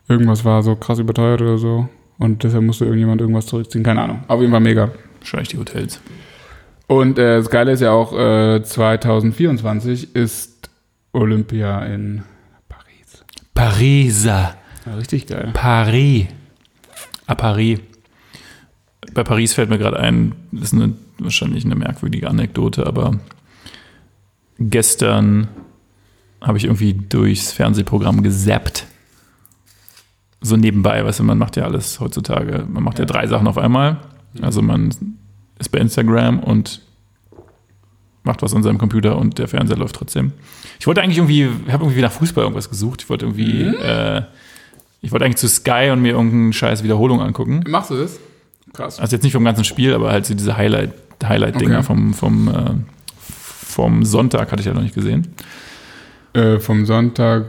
Speaker 2: Irgendwas war so krass überteuert oder so. Und deshalb musste irgendjemand irgendwas zurückziehen. Keine Ahnung. Auf jeden Fall mega.
Speaker 1: Wahrscheinlich die Hotels.
Speaker 2: Und äh, das Geile ist ja auch, äh, 2024 ist Olympia in Paris.
Speaker 1: Pariser.
Speaker 2: Ja, richtig geil.
Speaker 1: Paris. À Ah, Paris. Bei Paris fällt mir gerade ein, das ist eine, wahrscheinlich eine merkwürdige Anekdote, aber gestern habe ich irgendwie durchs Fernsehprogramm gesappt. So nebenbei, weißt du, man macht ja alles heutzutage. Man macht ja, drei Sachen auf einmal. Also man ist bei Instagram und macht was an seinem Computer und der Fernseher läuft trotzdem. Ich wollte eigentlich irgendwie, habe irgendwie nach Fußball irgendwas gesucht. Ich wollte irgendwie, äh, ich wollte eigentlich zu Sky und mir irgendeinen scheiß Wiederholung angucken.
Speaker 2: Machst du das? Krass.
Speaker 1: Also jetzt nicht vom ganzen Spiel, aber halt so diese Highlight, Highlight-Dinger
Speaker 2: Okay.
Speaker 1: vom, vom, äh, vom Sonntag hatte ich ja noch nicht gesehen.
Speaker 2: Äh, vom Sonntag,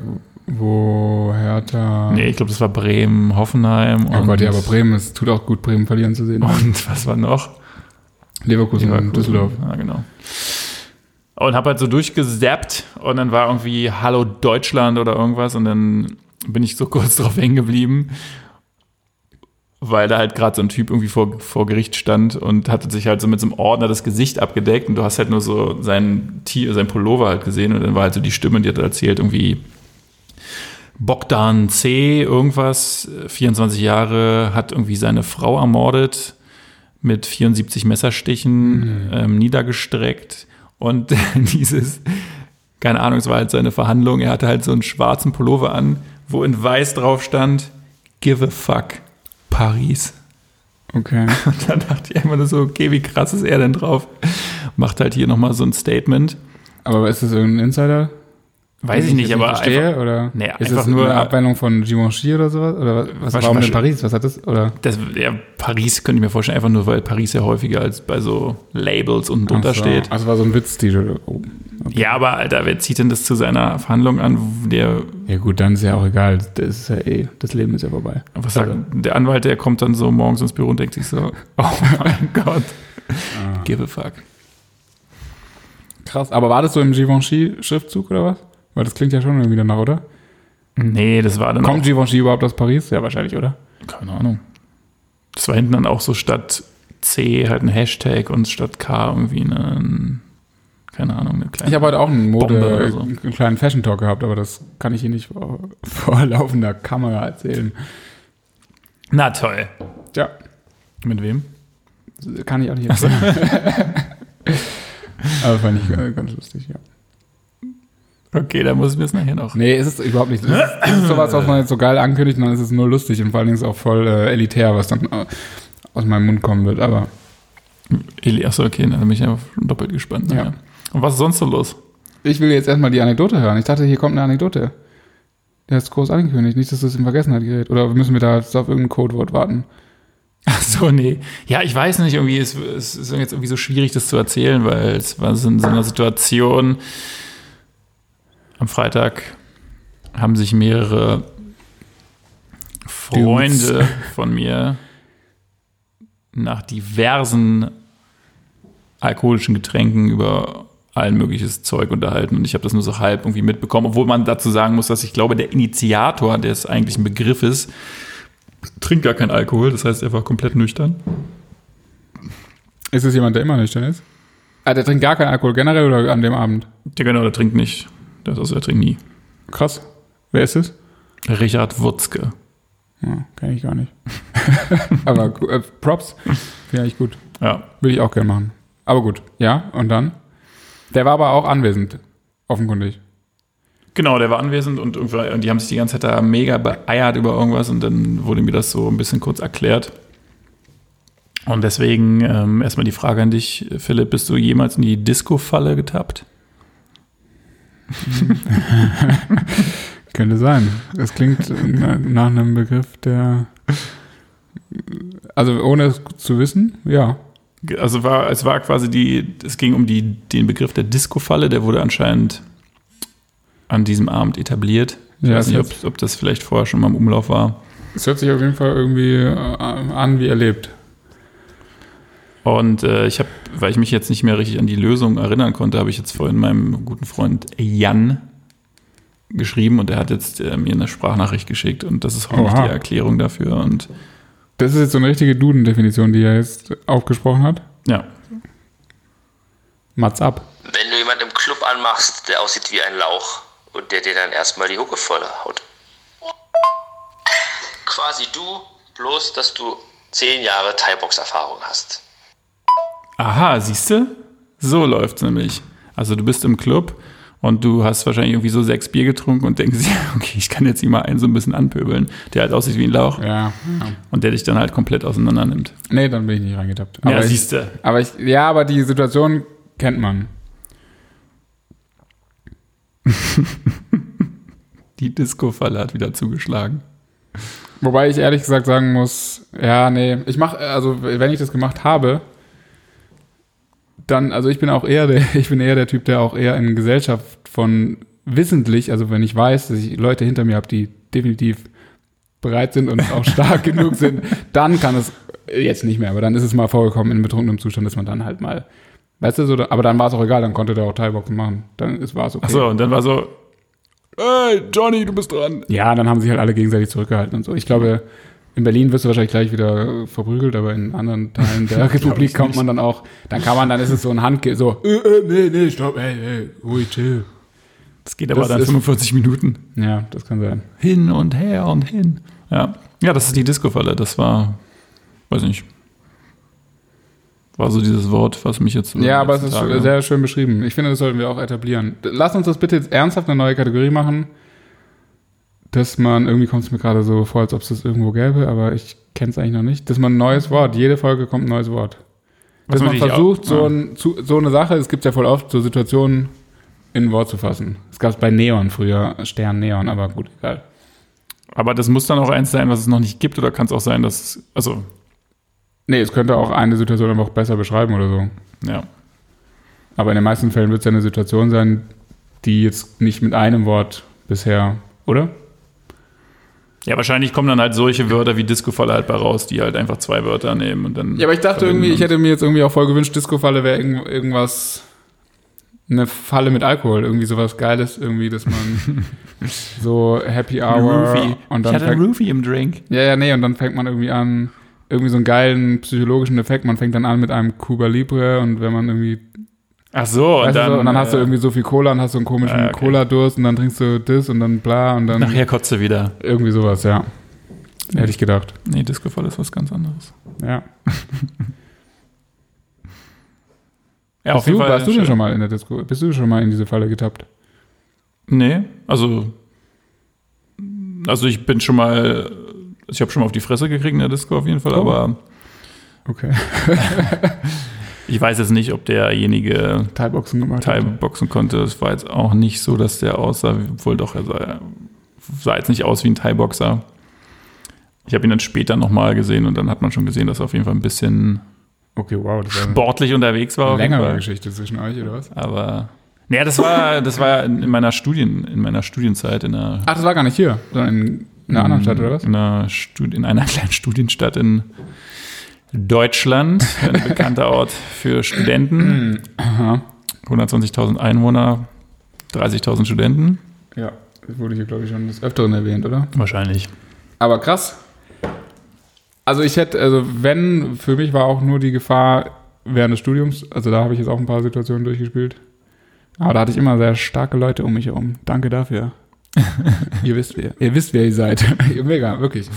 Speaker 2: wo Hertha.
Speaker 1: Nee, ich glaube, das war Bremen, Hoffenheim und,
Speaker 2: Ah. Oh Gott, ja, aber Bremen, es tut auch gut, Bremen verlieren zu sehen.
Speaker 1: und was war noch?
Speaker 2: Leverkusen,
Speaker 1: Leverkusen.
Speaker 2: und Düsseldorf.
Speaker 1: Ja, genau. Und habe halt so durchgesappt und dann war irgendwie Hallo Deutschland oder irgendwas und dann bin ich so kurz drauf hängen geblieben, weil da halt gerade so ein Typ irgendwie vor, vor Gericht stand und hatte sich halt so mit so einem Ordner das Gesicht abgedeckt und du hast halt nur so sein, Tier, sein Pullover halt gesehen und dann war halt so die Stimme, die hat erzählt irgendwie Bogdan C. irgendwas, 24 Jahre, hat irgendwie seine Frau ermordet mit 74 Messerstichen ähm, niedergestreckt. Und dieses, keine Ahnung, es war halt seine Verhandlung. Er hatte halt so einen schwarzen Pullover an, wo in weiß drauf stand: Give a fuck, Paris.
Speaker 2: Okay.
Speaker 1: Und dann dachte ich immer nur so: Okay, wie krass ist er denn drauf? Macht halt hier nochmal so ein Statement.
Speaker 2: Aber ist das irgendein Insider?
Speaker 1: Weiß ich
Speaker 2: Den
Speaker 1: nicht,
Speaker 2: jetzt
Speaker 1: aber
Speaker 2: verstehe,
Speaker 1: einfach,
Speaker 2: oder
Speaker 1: Nee,
Speaker 2: ist
Speaker 1: einfach
Speaker 2: das
Speaker 1: nur-
Speaker 2: eine Abweichung von Givenchy oder sowas? Oder was, was
Speaker 1: Wasch-
Speaker 2: warum
Speaker 1: wasch-
Speaker 2: denn Paris? Was hat das? Oder?
Speaker 1: das, ja, Paris könnte ich mir vorstellen, einfach nur, weil Paris ja häufiger als bei so Labels unten drunter
Speaker 2: Ach so.
Speaker 1: steht.
Speaker 2: Also war so ein Witz-T-Shirt. Oh.
Speaker 1: Ja, aber Alter, wer zieht denn das zu seiner Verhandlung an? Der
Speaker 2: Ja gut, dann ist ja auch egal. Das ist ja eh, das Leben ist ja vorbei.
Speaker 1: Was sagt der Anwalt, der kommt dann so morgens ins Büro und denkt sich so, oh mein Gott, give a fuck.
Speaker 2: Krass. Aber war das so im Givenchy-Schriftzug oder was? Weil das klingt ja schon irgendwie danach, oder?
Speaker 1: Nee, das war dann
Speaker 2: Kommt Givenchy überhaupt aus Paris? Ja, wahrscheinlich, oder?
Speaker 1: auch, keine Ahnung. Das war hinten dann auch so statt C halt ein Hashtag und statt K irgendwie ein, keine Ahnung, eine kleine.
Speaker 2: Ich habe heute auch einen
Speaker 1: Bombe oder
Speaker 2: Mode,
Speaker 1: so.
Speaker 2: einen kleinen Fashion Talk gehabt, aber das kann ich hier nicht vor, vor laufender Kamera erzählen.
Speaker 1: Na toll.
Speaker 2: Tja,
Speaker 1: Mit wem?
Speaker 2: das kann ich auch nicht erzählen. aber fand ich äh, ganz lustig, ja.
Speaker 1: Okay, da muss ich mir das nachher noch.
Speaker 2: Nee, ist es überhaupt nicht. Es ist, es ist sowas, was man jetzt so geil ankündigt und dann ist es nur lustig und vor allen Dingen ist es auch voll äh, elitär, was dann äh, aus meinem Mund kommen wird, aber
Speaker 1: Eli, achso, okay, dann bin ich einfach doppelt gespannt.
Speaker 2: Ja.
Speaker 1: nachher. Und was ist sonst so los?
Speaker 2: Ich will jetzt erstmal die Anekdote hören. Ich dachte, hier kommt eine Anekdote. Der ist groß angekündigt, nicht, dass das in Vergessenheit gerät. Oder müssen wir da jetzt auf irgendein Codewort warten?
Speaker 1: Ach so, nee. Ja, ich weiß nicht, irgendwie, es, es ist jetzt irgendwie so schwierig, das zu erzählen, weil es war so in so einer Situation. Am Freitag haben sich mehrere Freunde von mir nach diversen alkoholischen Getränken über allen mögliches Zeug unterhalten und ich habe das nur so halb irgendwie mitbekommen, obwohl man dazu sagen muss, dass ich glaube, der Initiator des eigentlichen Begriffes trinkt gar keinen Alkohol, das heißt, er war komplett nüchtern.
Speaker 2: Ist es jemand, der immer nüchtern ist? Ah, der trinkt gar keinen Alkohol generell oder an dem Abend?
Speaker 1: Ja, genau, der trinkt nicht. Das ist, er trinkt nie.
Speaker 2: Krass. Wer ist es?
Speaker 1: Richard Wurzke.
Speaker 2: Ja, kenn ich gar nicht. aber gu- äh, Props. Ja, ich gut.
Speaker 1: Ja.
Speaker 2: Würde ich auch gerne machen. Aber gut. Ja, und dann? Der war aber auch anwesend. Offenkundig.
Speaker 1: Genau, der war anwesend und, irgendwie- und die haben sich die ganze Zeit da mega beeiert über irgendwas und dann wurde mir das so ein bisschen kurz erklärt. Und deswegen ähm, erstmal die Frage an dich, Philipp, bist du jemals in die Disco-Falle getappt?
Speaker 2: Könnte sein. Das klingt na- nach einem Begriff, der. Also ohne es zu wissen, ja.
Speaker 1: Ge- Also war, es war quasi die, es ging um die, den Begriff der Disco-Falle, der wurde anscheinend an diesem Abend etabliert. Ich
Speaker 2: Ja,
Speaker 1: weiß nicht,
Speaker 2: das
Speaker 1: ob, ob das vielleicht vorher schon mal im Umlauf war.
Speaker 2: Es hört sich auf jeden Fall irgendwie äh, an wie erlebt.
Speaker 1: Und äh, ich habe, weil ich mich jetzt nicht mehr richtig an die Lösung erinnern konnte, habe ich jetzt vorhin meinem guten Freund Jan geschrieben und er hat jetzt äh, mir eine Sprachnachricht geschickt und das ist hoffentlich
Speaker 2: Oha.
Speaker 1: die Erklärung dafür und
Speaker 2: Das ist jetzt so eine richtige Duden-Definition, die er jetzt aufgesprochen hat.
Speaker 1: ja.
Speaker 2: Mats ab.
Speaker 3: Wenn du jemanden im Club anmachst, der aussieht wie ein Lauch und der dir dann erstmal die Hucke voll haut. quasi du, bloß dass du zehn Jahre Thai-Box-Erfahrung hast.
Speaker 1: Aha, siehst du? So läuft's nämlich. Also du bist im Club und du hast wahrscheinlich irgendwie so sechs Bier getrunken und denkst, ja, okay, ich kann jetzt hier mal einen so ein bisschen anpöbeln, der halt aussieht wie ein Lauch
Speaker 2: Ja.
Speaker 1: und der dich dann halt komplett auseinander nimmt.
Speaker 2: Nee, dann bin ich nicht reingetappt.
Speaker 1: Ja,
Speaker 2: ich-
Speaker 1: siehst du.
Speaker 2: Aber ich, ja, aber die Situation kennt man.
Speaker 1: Die Disco-Falle hat wieder zugeschlagen.
Speaker 2: Wobei ich ehrlich gesagt sagen muss, ja, nee, ich mache, also wenn ich das gemacht habe, dann, also ich bin auch eher der, ich bin eher der Typ, der auch eher in Gesellschaft von wissentlich, also wenn ich weiß, dass ich Leute hinter mir habe, die definitiv bereit sind und auch stark genug sind, dann kann es jetzt nicht mehr, aber dann ist es mal vorgekommen in betrunkenem Zustand, dass man dann halt mal, weißt du, so, aber dann war es auch egal, dann konnte der auch Teilboxen machen, dann ist- war es okay.
Speaker 1: Achso, und dann war so, ey, Johnny, du bist dran.
Speaker 2: Ja, dann haben sich halt alle gegenseitig zurückgehalten und so. Ich glaube, in Berlin wirst du wahrscheinlich gleich wieder äh, verprügelt, aber in anderen Teilen der Republik kommt man dann auch, dann kann man, dann ist es so ein Handge, so, äh, äh, nee, nee, stopp, hey, hey, ruhig, chill.
Speaker 1: Das geht aber
Speaker 2: Das
Speaker 1: dann
Speaker 2: ist-
Speaker 1: 45 Minuten.
Speaker 2: Ja, das kann sein.
Speaker 1: hin und her und hin. Ja, ja das ist die Disco-Falle. Das war, weiß nicht, war so dieses Wort, was mich jetzt.
Speaker 2: Ja, aber es ist
Speaker 1: Tage- ne?
Speaker 2: sehr schön beschrieben. Ich finde, das sollten wir auch etablieren. D- Lass uns das bitte jetzt ernsthaft eine neue Kategorie machen, dass man, irgendwie kommt es mir gerade so vor, als ob es das irgendwo gäbe, aber ich kenne es eigentlich noch nicht, dass man ein neues Wort, jede Folge kommt ein neues Wort.
Speaker 1: Was
Speaker 2: Dass man
Speaker 1: man sich
Speaker 2: versucht,
Speaker 1: auch-
Speaker 2: so,
Speaker 1: ja.
Speaker 2: ein, zu, so eine Sache, es gibt ja voll oft so Situationen, in ein Wort zu fassen. Es gab es bei Neon früher, Stern Neon, aber gut, egal.
Speaker 1: Aber das muss dann auch eins sein, was es noch nicht gibt, oder kann es auch sein, dass. es- Also,
Speaker 2: Nee, es könnte auch eine Situation einfach besser beschreiben oder so.
Speaker 1: ja.
Speaker 2: Aber in den meisten Fällen wird es ja eine Situation sein, die jetzt nicht mit einem Wort bisher, oder?
Speaker 1: Ja, wahrscheinlich kommen dann halt solche Wörter wie Disco-Falle halt bei raus, die halt einfach zwei Wörter nehmen und dann.
Speaker 2: Ja, aber ich dachte
Speaker 1: verbinden
Speaker 2: irgendwie, ich
Speaker 1: und-
Speaker 2: hätte mir jetzt irgendwie auch voll gewünscht, Disco-Falle wäre irgend, irgendwas, eine Falle mit Alkohol, irgendwie sowas Geiles, irgendwie, dass man so Happy Hour
Speaker 1: Roofie.
Speaker 2: und
Speaker 1: ich
Speaker 2: dann
Speaker 1: hatte einen
Speaker 2: fängt,
Speaker 1: Roofie im Drink.
Speaker 2: ja, ja, nee, und dann fängt man irgendwie an, irgendwie so einen geilen psychologischen Effekt, man fängt dann an mit einem Cuba Libre und wenn man irgendwie,
Speaker 1: Ach so,
Speaker 2: weißt
Speaker 1: und
Speaker 2: du,
Speaker 1: dann.
Speaker 2: so, und dann
Speaker 1: äh,
Speaker 2: hast du irgendwie so viel Cola und hast so einen komischen
Speaker 1: Ah, okay.
Speaker 2: Cola-Durst und dann trinkst du das und dann bla und dann
Speaker 1: Nachher kotzt du wieder.
Speaker 2: irgendwie sowas, ja. Hätte ich gedacht,
Speaker 1: Nee, Disco-Falle ist was ganz anderes.
Speaker 2: ja.
Speaker 1: Ja,
Speaker 2: Bist du, warst du denn schon mal in der Disco? Bist du schon mal in diese Falle getappt?
Speaker 1: Nee, also also ich bin schon mal ich habe schon mal auf die Fresse gekriegt in der Disco auf jeden Fall,
Speaker 2: Oh.
Speaker 1: aber
Speaker 2: Okay.
Speaker 1: ich weiß jetzt nicht, ob derjenige
Speaker 2: Thai-Boxen gemacht.
Speaker 1: Teil
Speaker 2: hat.
Speaker 1: boxen konnte. Es war jetzt auch nicht so, dass der aussah, wie- obwohl doch, er sah, sah jetzt nicht aus wie ein Thai-Boxer. Ich habe ihn dann später nochmal gesehen und dann hat man schon gesehen, dass er auf jeden Fall ein bisschen
Speaker 2: Okay, wow, das war
Speaker 1: sportlich unterwegs war.
Speaker 2: eine
Speaker 1: auf jeden
Speaker 2: längere
Speaker 1: Fall.
Speaker 2: Geschichte zwischen euch, oder was?
Speaker 1: Aber naja, das war, das war in in meiner Studien, in meiner Studienzeit in der
Speaker 2: Ach, das war gar nicht hier, sondern in einer anderen Stadt, oder was?
Speaker 1: Ähm, In einer, Studi- in einer kleinen Studienstadt in Deutschland, ein bekannter Ort für Studenten. 120.000 Einwohner, 30.000 Studenten.
Speaker 2: Ja, das wurde hier, glaube ich, schon des Öfteren erwähnt, oder?
Speaker 1: Wahrscheinlich.
Speaker 2: Aber krass. Also ich hätte, also wenn, für mich war auch nur die Gefahr während des Studiums, also da habe ich jetzt auch ein paar Situationen durchgespielt. Aber da hatte ich immer sehr starke Leute um mich herum. Danke dafür. ihr wisst wer. Ihr wisst, wer ihr seid. mega, wirklich.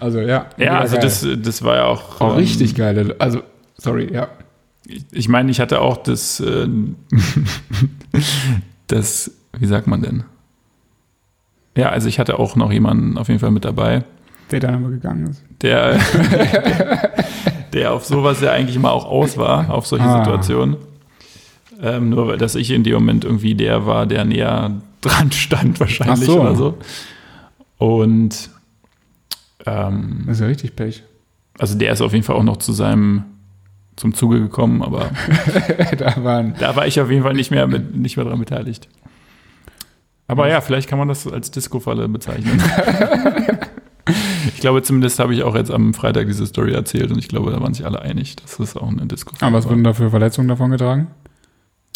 Speaker 2: Also ja.
Speaker 1: Ja,
Speaker 2: mega
Speaker 1: also
Speaker 2: geil.
Speaker 1: das, das war ja auch.
Speaker 2: Auch
Speaker 1: ähm,
Speaker 2: richtig geile, also, sorry, ja.
Speaker 1: Ich, ich meine, ich hatte auch das. Äh, das. Wie sagt man denn? Ja, also ich hatte auch noch jemanden auf jeden Fall mit dabei.
Speaker 2: Der dann aber gegangen ist.
Speaker 1: der, der auf sowas ja eigentlich immer auch aus war, auf solche
Speaker 2: Ah.
Speaker 1: Situationen. Ähm, nur, weil- dass ich in dem Moment irgendwie der war, der näher dran stand, wahrscheinlich
Speaker 2: Ach so.
Speaker 1: oder so. Und ähm,
Speaker 2: Das ist ja richtig Pech.
Speaker 1: also der ist auf jeden Fall auch noch zu seinem zum Zuge gekommen, aber
Speaker 2: da waren,
Speaker 1: da war ich auf jeden Fall nicht mehr, mit, nicht mehr dran beteiligt. Aber ja, vielleicht kann man das als Disco-Falle bezeichnen. ich glaube, zumindest habe ich auch jetzt am Freitag diese Story erzählt und ich glaube, da waren sich alle einig, dass das auch eine Disco-Falle
Speaker 2: aber was
Speaker 1: war.
Speaker 2: wurden da für Verletzungen davon getragen?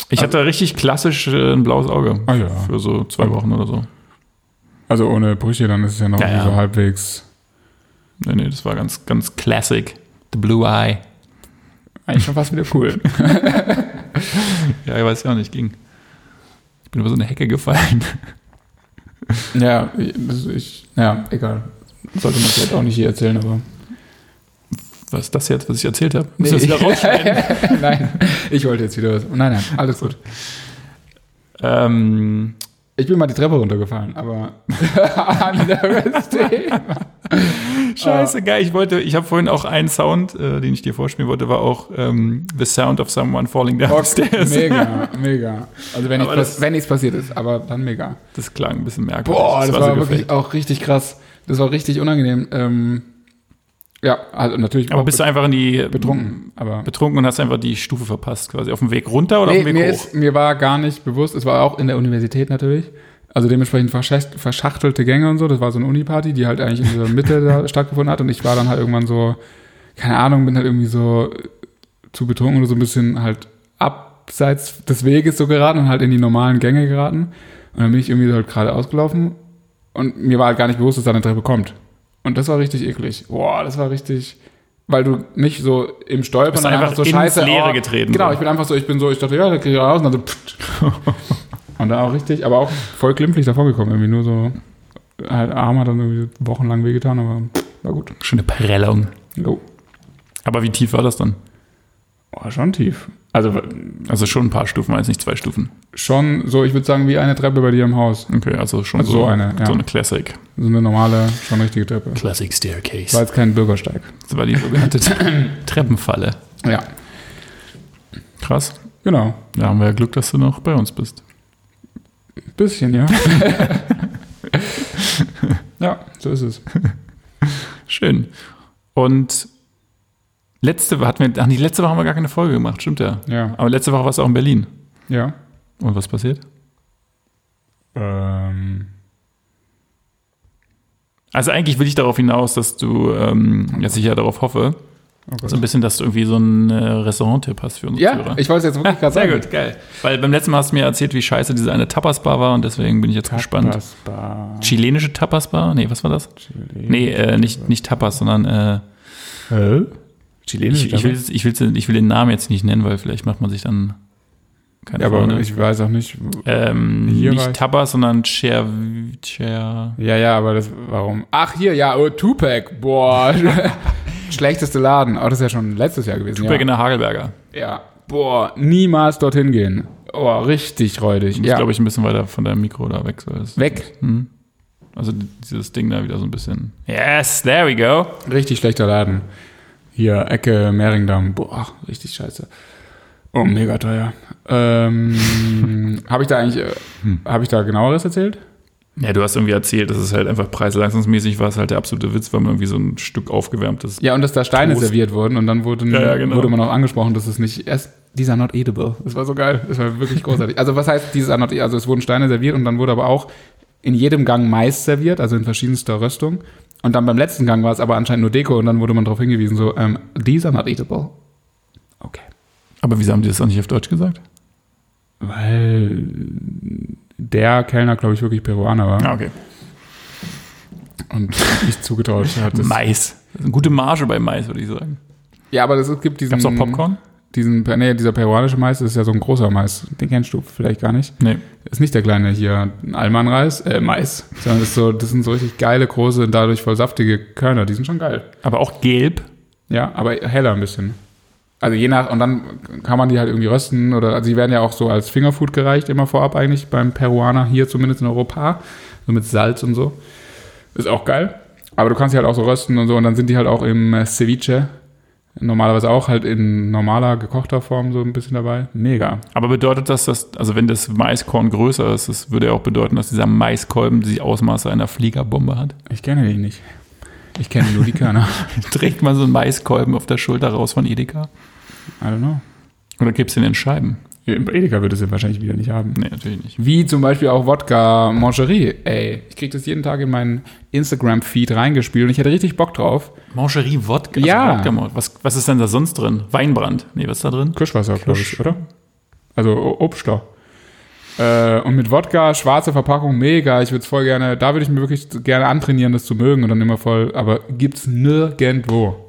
Speaker 1: Ich hatte richtig klassisch äh, ein blaues Auge.
Speaker 2: Ah ja.
Speaker 1: Für so zwei Wochen oder so.
Speaker 2: Also ohne Brüche, dann ist es ja noch
Speaker 1: Ja,
Speaker 2: irgendwie
Speaker 1: ja.
Speaker 2: so halbwegs
Speaker 1: Nee, nee, das war ganz, ganz classic. The Blue Eye.
Speaker 2: eigentlich schon fast wieder cool.
Speaker 1: Ja, ich weiß ja auch nicht, ging. Ich bin über so eine Hecke gefallen.
Speaker 2: Ja, ich, das, ich, ja, egal. Sollte man vielleicht auch nicht hier erzählen, aber.
Speaker 1: Was ist das jetzt, was ich erzählt habe? Muss
Speaker 2: Nee,
Speaker 1: das wieder rausschneiden?
Speaker 2: nein, ich wollte jetzt wieder was. oh, Nein, nein, alles gut.
Speaker 1: ähm,
Speaker 2: Ich bin mal die Treppe runtergefallen, aber anderes Thema. Ah.
Speaker 1: Scheiße, geil. Ich wollte, ich habe vorhin auch einen Sound, äh, den ich dir vorspielen wollte, war auch ähm, The Sound of Someone Falling Downstairs.
Speaker 2: Mega, mega. Also wenn
Speaker 1: Aber
Speaker 2: nichts
Speaker 1: das-
Speaker 2: pass- wenn nichts passiert ist, aber dann mega.
Speaker 1: Das klang ein bisschen merkwürdig.
Speaker 2: Boah, das, war,
Speaker 1: so
Speaker 2: wirklich
Speaker 1: gefaked.
Speaker 2: auch richtig krass. Das war richtig unangenehm. Ähm, ja, also natürlich.
Speaker 1: Aber
Speaker 2: auch
Speaker 1: bist du einfach in die
Speaker 2: betrunken? Aber
Speaker 1: betrunken und hast einfach die Stufe verpasst, quasi auf dem Weg runter oder auf
Speaker 2: nee,
Speaker 1: dem
Speaker 2: mir,
Speaker 1: Weg hoch?
Speaker 2: ist, mir war gar nicht bewusst. Es war auch in der Universität natürlich. Also dementsprechend verschächt- verschachtelte Gänge und so. Das war so eine Uni-Party, die halt eigentlich in der Mitte da stattgefunden hat. Und ich war dann halt irgendwann so, keine Ahnung, bin halt irgendwie so äh, zu betrunken oder so ein bisschen halt abseits des Weges so geraten und halt in die normalen Gänge geraten. Und dann bin ich irgendwie so halt gerade ausgelaufen und mir war halt gar nicht bewusst, dass da eine Treppe kommt. Und das war richtig eklig. Boah, das war richtig, weil du nicht so im Stolpern
Speaker 1: Bist
Speaker 2: dann
Speaker 1: einfach
Speaker 2: so
Speaker 1: ins
Speaker 2: scheiße
Speaker 1: Leere getreten,
Speaker 2: Genau,
Speaker 1: so.
Speaker 2: ich bin einfach so, ich bin so, ich dachte, ja, da kriege ich raus und dann so, pfft. und dann auch richtig, aber auch voll glimpflich davon gekommen, irgendwie nur so halt Arm hat dann irgendwie wochenlang wehgetan, aber war gut.
Speaker 1: Schöne Prellung.
Speaker 2: Jo.
Speaker 1: Aber wie tief war das dann?
Speaker 2: Oh, schon tief. Also
Speaker 1: Also schon ein paar Stufen, also nicht zwei Stufen.
Speaker 2: schon so, ich würde sagen, wie eine Treppe bei dir im Haus.
Speaker 1: Okay, also schon
Speaker 2: Also
Speaker 1: so,
Speaker 2: so eine, ja.
Speaker 1: so eine Classic.
Speaker 2: So eine normale, schon richtige Treppe.
Speaker 1: Classic Staircase.
Speaker 2: War jetzt kein Bürgersteig.
Speaker 1: Das war die sogenannte Treppenfalle.
Speaker 2: Ja,
Speaker 1: Krass.
Speaker 2: genau.
Speaker 1: Da haben wir ja Glück, dass du noch bei uns bist.
Speaker 2: Bisschen, ja. ja, so ist es.
Speaker 1: Schön. Und letzte Woche hatten wir, ach nee, letzte Woche haben wir gar keine Folge gemacht, stimmt ja.
Speaker 2: Ja,
Speaker 1: Aber letzte Woche warst du auch in Berlin.
Speaker 2: ja.
Speaker 1: Und was passiert?
Speaker 2: Ähm,
Speaker 1: Also eigentlich will ich darauf hinaus, dass du, ähm, dass ich ja darauf hoffe,
Speaker 2: oh Gott.
Speaker 1: so ein bisschen, dass du irgendwie so einen äh, Restaurant-Tipp hast für unsere
Speaker 2: ja,
Speaker 1: Also, Zuhörer.
Speaker 2: ich wollte es jetzt wirklich gerade
Speaker 1: Sehr
Speaker 2: sagen.
Speaker 1: gut, geil. Weil beim letzten Mal hast du mir erzählt, wie scheiße diese eine Tapas-Bar war und deswegen bin ich jetzt gespannt.
Speaker 2: Passbar.
Speaker 1: Chilenische Tapas-Bar? Nee, was war das? Nee, äh, nicht, nicht Tapas, sondern äh,
Speaker 2: Hä?
Speaker 1: ich, ich, will, ich, will, ich will den Namen jetzt nicht nennen, weil vielleicht macht man sich dann keine
Speaker 2: Ja, aber
Speaker 1: Freunde.
Speaker 2: ich weiß auch nicht.
Speaker 1: ähm,
Speaker 2: Hier war
Speaker 1: nicht
Speaker 2: ich-
Speaker 1: Tapas, sondern Cher, Cher.
Speaker 2: Ja, ja, aber das, warum? Ach, hier, ja, oh, Tupac, boah. Schlechteste Laden. Aber das ist ja schon letztes Jahr gewesen.
Speaker 1: Tupac
Speaker 2: ja.
Speaker 1: in der Hagelberger.
Speaker 2: ja, boah, niemals dorthin gehen. Oh, richtig räudig.
Speaker 1: Ich
Speaker 2: Ja,
Speaker 1: glaube, ich ein bisschen weiter von deinem Mikro da weg. So ist.
Speaker 2: weg.
Speaker 1: Also dieses Ding da wieder so ein bisschen. Yes, there we go.
Speaker 2: Richtig schlechter Laden. Hier, Ecke Mehringdamm. Boah, richtig scheiße. Oh, mega teuer. Ähm, habe ich da eigentlich, äh,
Speaker 1: Hm.
Speaker 2: habe ich da genaueres erzählt?
Speaker 1: Ja, du hast irgendwie erzählt, dass es halt einfach preisleistungsmäßig war. Es halt der absolute Witz, weil man irgendwie so ein Stück aufgewärmtes.
Speaker 2: Ja, und dass da Steine
Speaker 1: Toast.
Speaker 2: serviert wurden und dann wurden,
Speaker 1: Ja, ja, genau.
Speaker 2: wurde man auch angesprochen, dass es nicht erst, these are not edible. Das war so geil. Das war wirklich großartig. also was heißt, these are not edible? Also es wurden Steine serviert und dann wurde aber auch in jedem Gang Mais serviert, also in verschiedenster Röstung. Und dann beim letzten Gang war es aber anscheinend nur Deko und dann wurde man darauf hingewiesen, so, ähm, these are not edible. Okay.
Speaker 1: Aber wieso haben die das auch nicht auf Deutsch gesagt?
Speaker 2: Weil der Kellner, glaube ich, wirklich Peruaner war
Speaker 1: Ah, okay.
Speaker 2: und nicht zugetraut hat. Das.
Speaker 1: Mais. Das ist eine gute Marge bei Mais, würde ich sagen.
Speaker 2: Ja, aber das, es gibt diesen...
Speaker 1: Gab es auch Popcorn?
Speaker 2: Diesen, nee, dieser peruanische Mais das ist ja so ein großer Mais. Den kennst du vielleicht gar nicht.
Speaker 1: Nee.
Speaker 2: Ist nicht der kleine hier Almanreis, äh, Mais, sondern ist so, das sind so richtig geile, große und dadurch voll saftige Körner. Die sind schon geil.
Speaker 1: Aber auch gelb.
Speaker 2: Ja, aber heller ein bisschen. Also je nach, und dann kann man die halt irgendwie rösten oder, also die werden ja auch so als Fingerfood gereicht immer vorab eigentlich beim Peruaner, hier zumindest in Europa, so mit Salz und so. Ist auch geil. Aber du kannst die halt auch so rösten und so und dann sind die halt auch im äh, Ceviche normalerweise auch halt in normaler, gekochter Form so ein bisschen dabei. Mega.
Speaker 1: Aber bedeutet das, dass, also wenn das Maiskorn größer ist, das würde ja auch bedeuten, dass dieser Maiskolben die Ausmaße einer Fliegerbombe hat.
Speaker 2: Ich kenne die nicht. Ich kenne nur die Körner.
Speaker 1: Trägt man so einen Maiskolben auf der Schulter raus von Edeka?
Speaker 2: I don't know.
Speaker 1: Oder gibt's den in Scheiben?
Speaker 2: Im Edeka würdest du wahrscheinlich wieder nicht haben.
Speaker 1: Nee, natürlich nicht.
Speaker 2: Wie zum Beispiel auch Wodka Mangerie. Ey, ich krieg das jeden Tag in meinen Instagram-Feed reingespielt und ich hätte richtig Bock drauf.
Speaker 1: Mangerie Wodka.
Speaker 2: Ja.
Speaker 1: Also Wodka, was, was ist denn da sonst drin? Weinbrand. Nee, was ist da drin?
Speaker 2: Kirschwasser, glaube ich, oder? Also O- Obstler. Äh, und mit Wodka, schwarze Verpackung, mega. Ich würde es voll gerne, da würde ich mir wirklich gerne antrainieren, das zu mögen und dann immer voll, aber gibt's nirgendwo.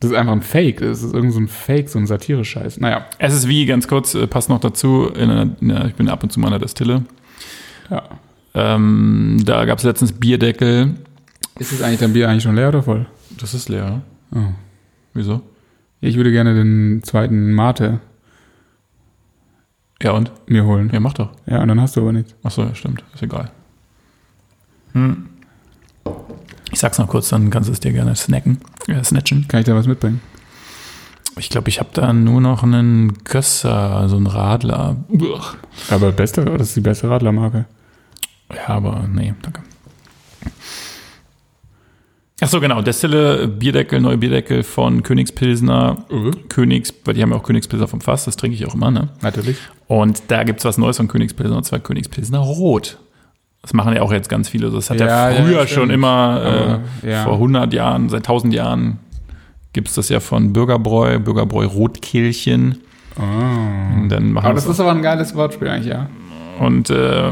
Speaker 2: Das ist einfach ein Fake. Das ist irgend so ein Fake, so ein Satire-Scheiß. Naja,
Speaker 1: Es ist wie, ganz kurz, äh, passt noch dazu, in einer, in einer, ich bin ab und zu mal in der Destille.
Speaker 2: ja.
Speaker 1: Ähm, da gab es letztens Bierdeckel
Speaker 2: Ist es eigentlich dein Bier eigentlich schon leer oder voll?
Speaker 1: Das ist leer.
Speaker 2: Oh.
Speaker 1: Wieso?
Speaker 2: Ich würde gerne den zweiten Mate
Speaker 1: Ja, und?
Speaker 2: mir holen.
Speaker 1: Ja, mach doch.
Speaker 2: Ja, und dann hast du aber nichts.
Speaker 1: Achso, ja, stimmt. Ist egal. Hm. Ich sag's noch kurz, dann kannst du es dir gerne snacken. Äh, snatchen.
Speaker 2: Kann ich da was mitbringen?
Speaker 1: Ich glaube, ich habe da nur noch einen Kösser, so einen Radler. Uah.
Speaker 2: Aber beste, das ist die beste Radlermarke.
Speaker 1: Ja, aber nee, danke. Achso, genau. Destille, Bierdeckel, neue Bierdeckel von Königspilsner.
Speaker 2: Mhm.
Speaker 1: Königs, weil die haben ja auch Königspilsner vom Fass, das trinke ich auch immer, ne?
Speaker 2: Natürlich.
Speaker 1: Und da gibt's was Neues von Königspilsner, und zwar Königspilsner Rot. Das machen ja auch jetzt ganz viele. so. Das hat ja,
Speaker 2: Ja, ja,
Speaker 1: früher
Speaker 2: stimmt.
Speaker 1: schon immer, äh,
Speaker 2: Aber, ja.
Speaker 1: vor 100 Jahren, seit 1000 Jahren gibt's das ja von Bürgerbräu, Bürgerbräu Rotkehlchen.
Speaker 2: Ah.
Speaker 1: Und dann machen
Speaker 2: Mhm. Aber
Speaker 1: wir's
Speaker 2: das ist aber ein geiles Wortspiel eigentlich, ja.
Speaker 1: und äh,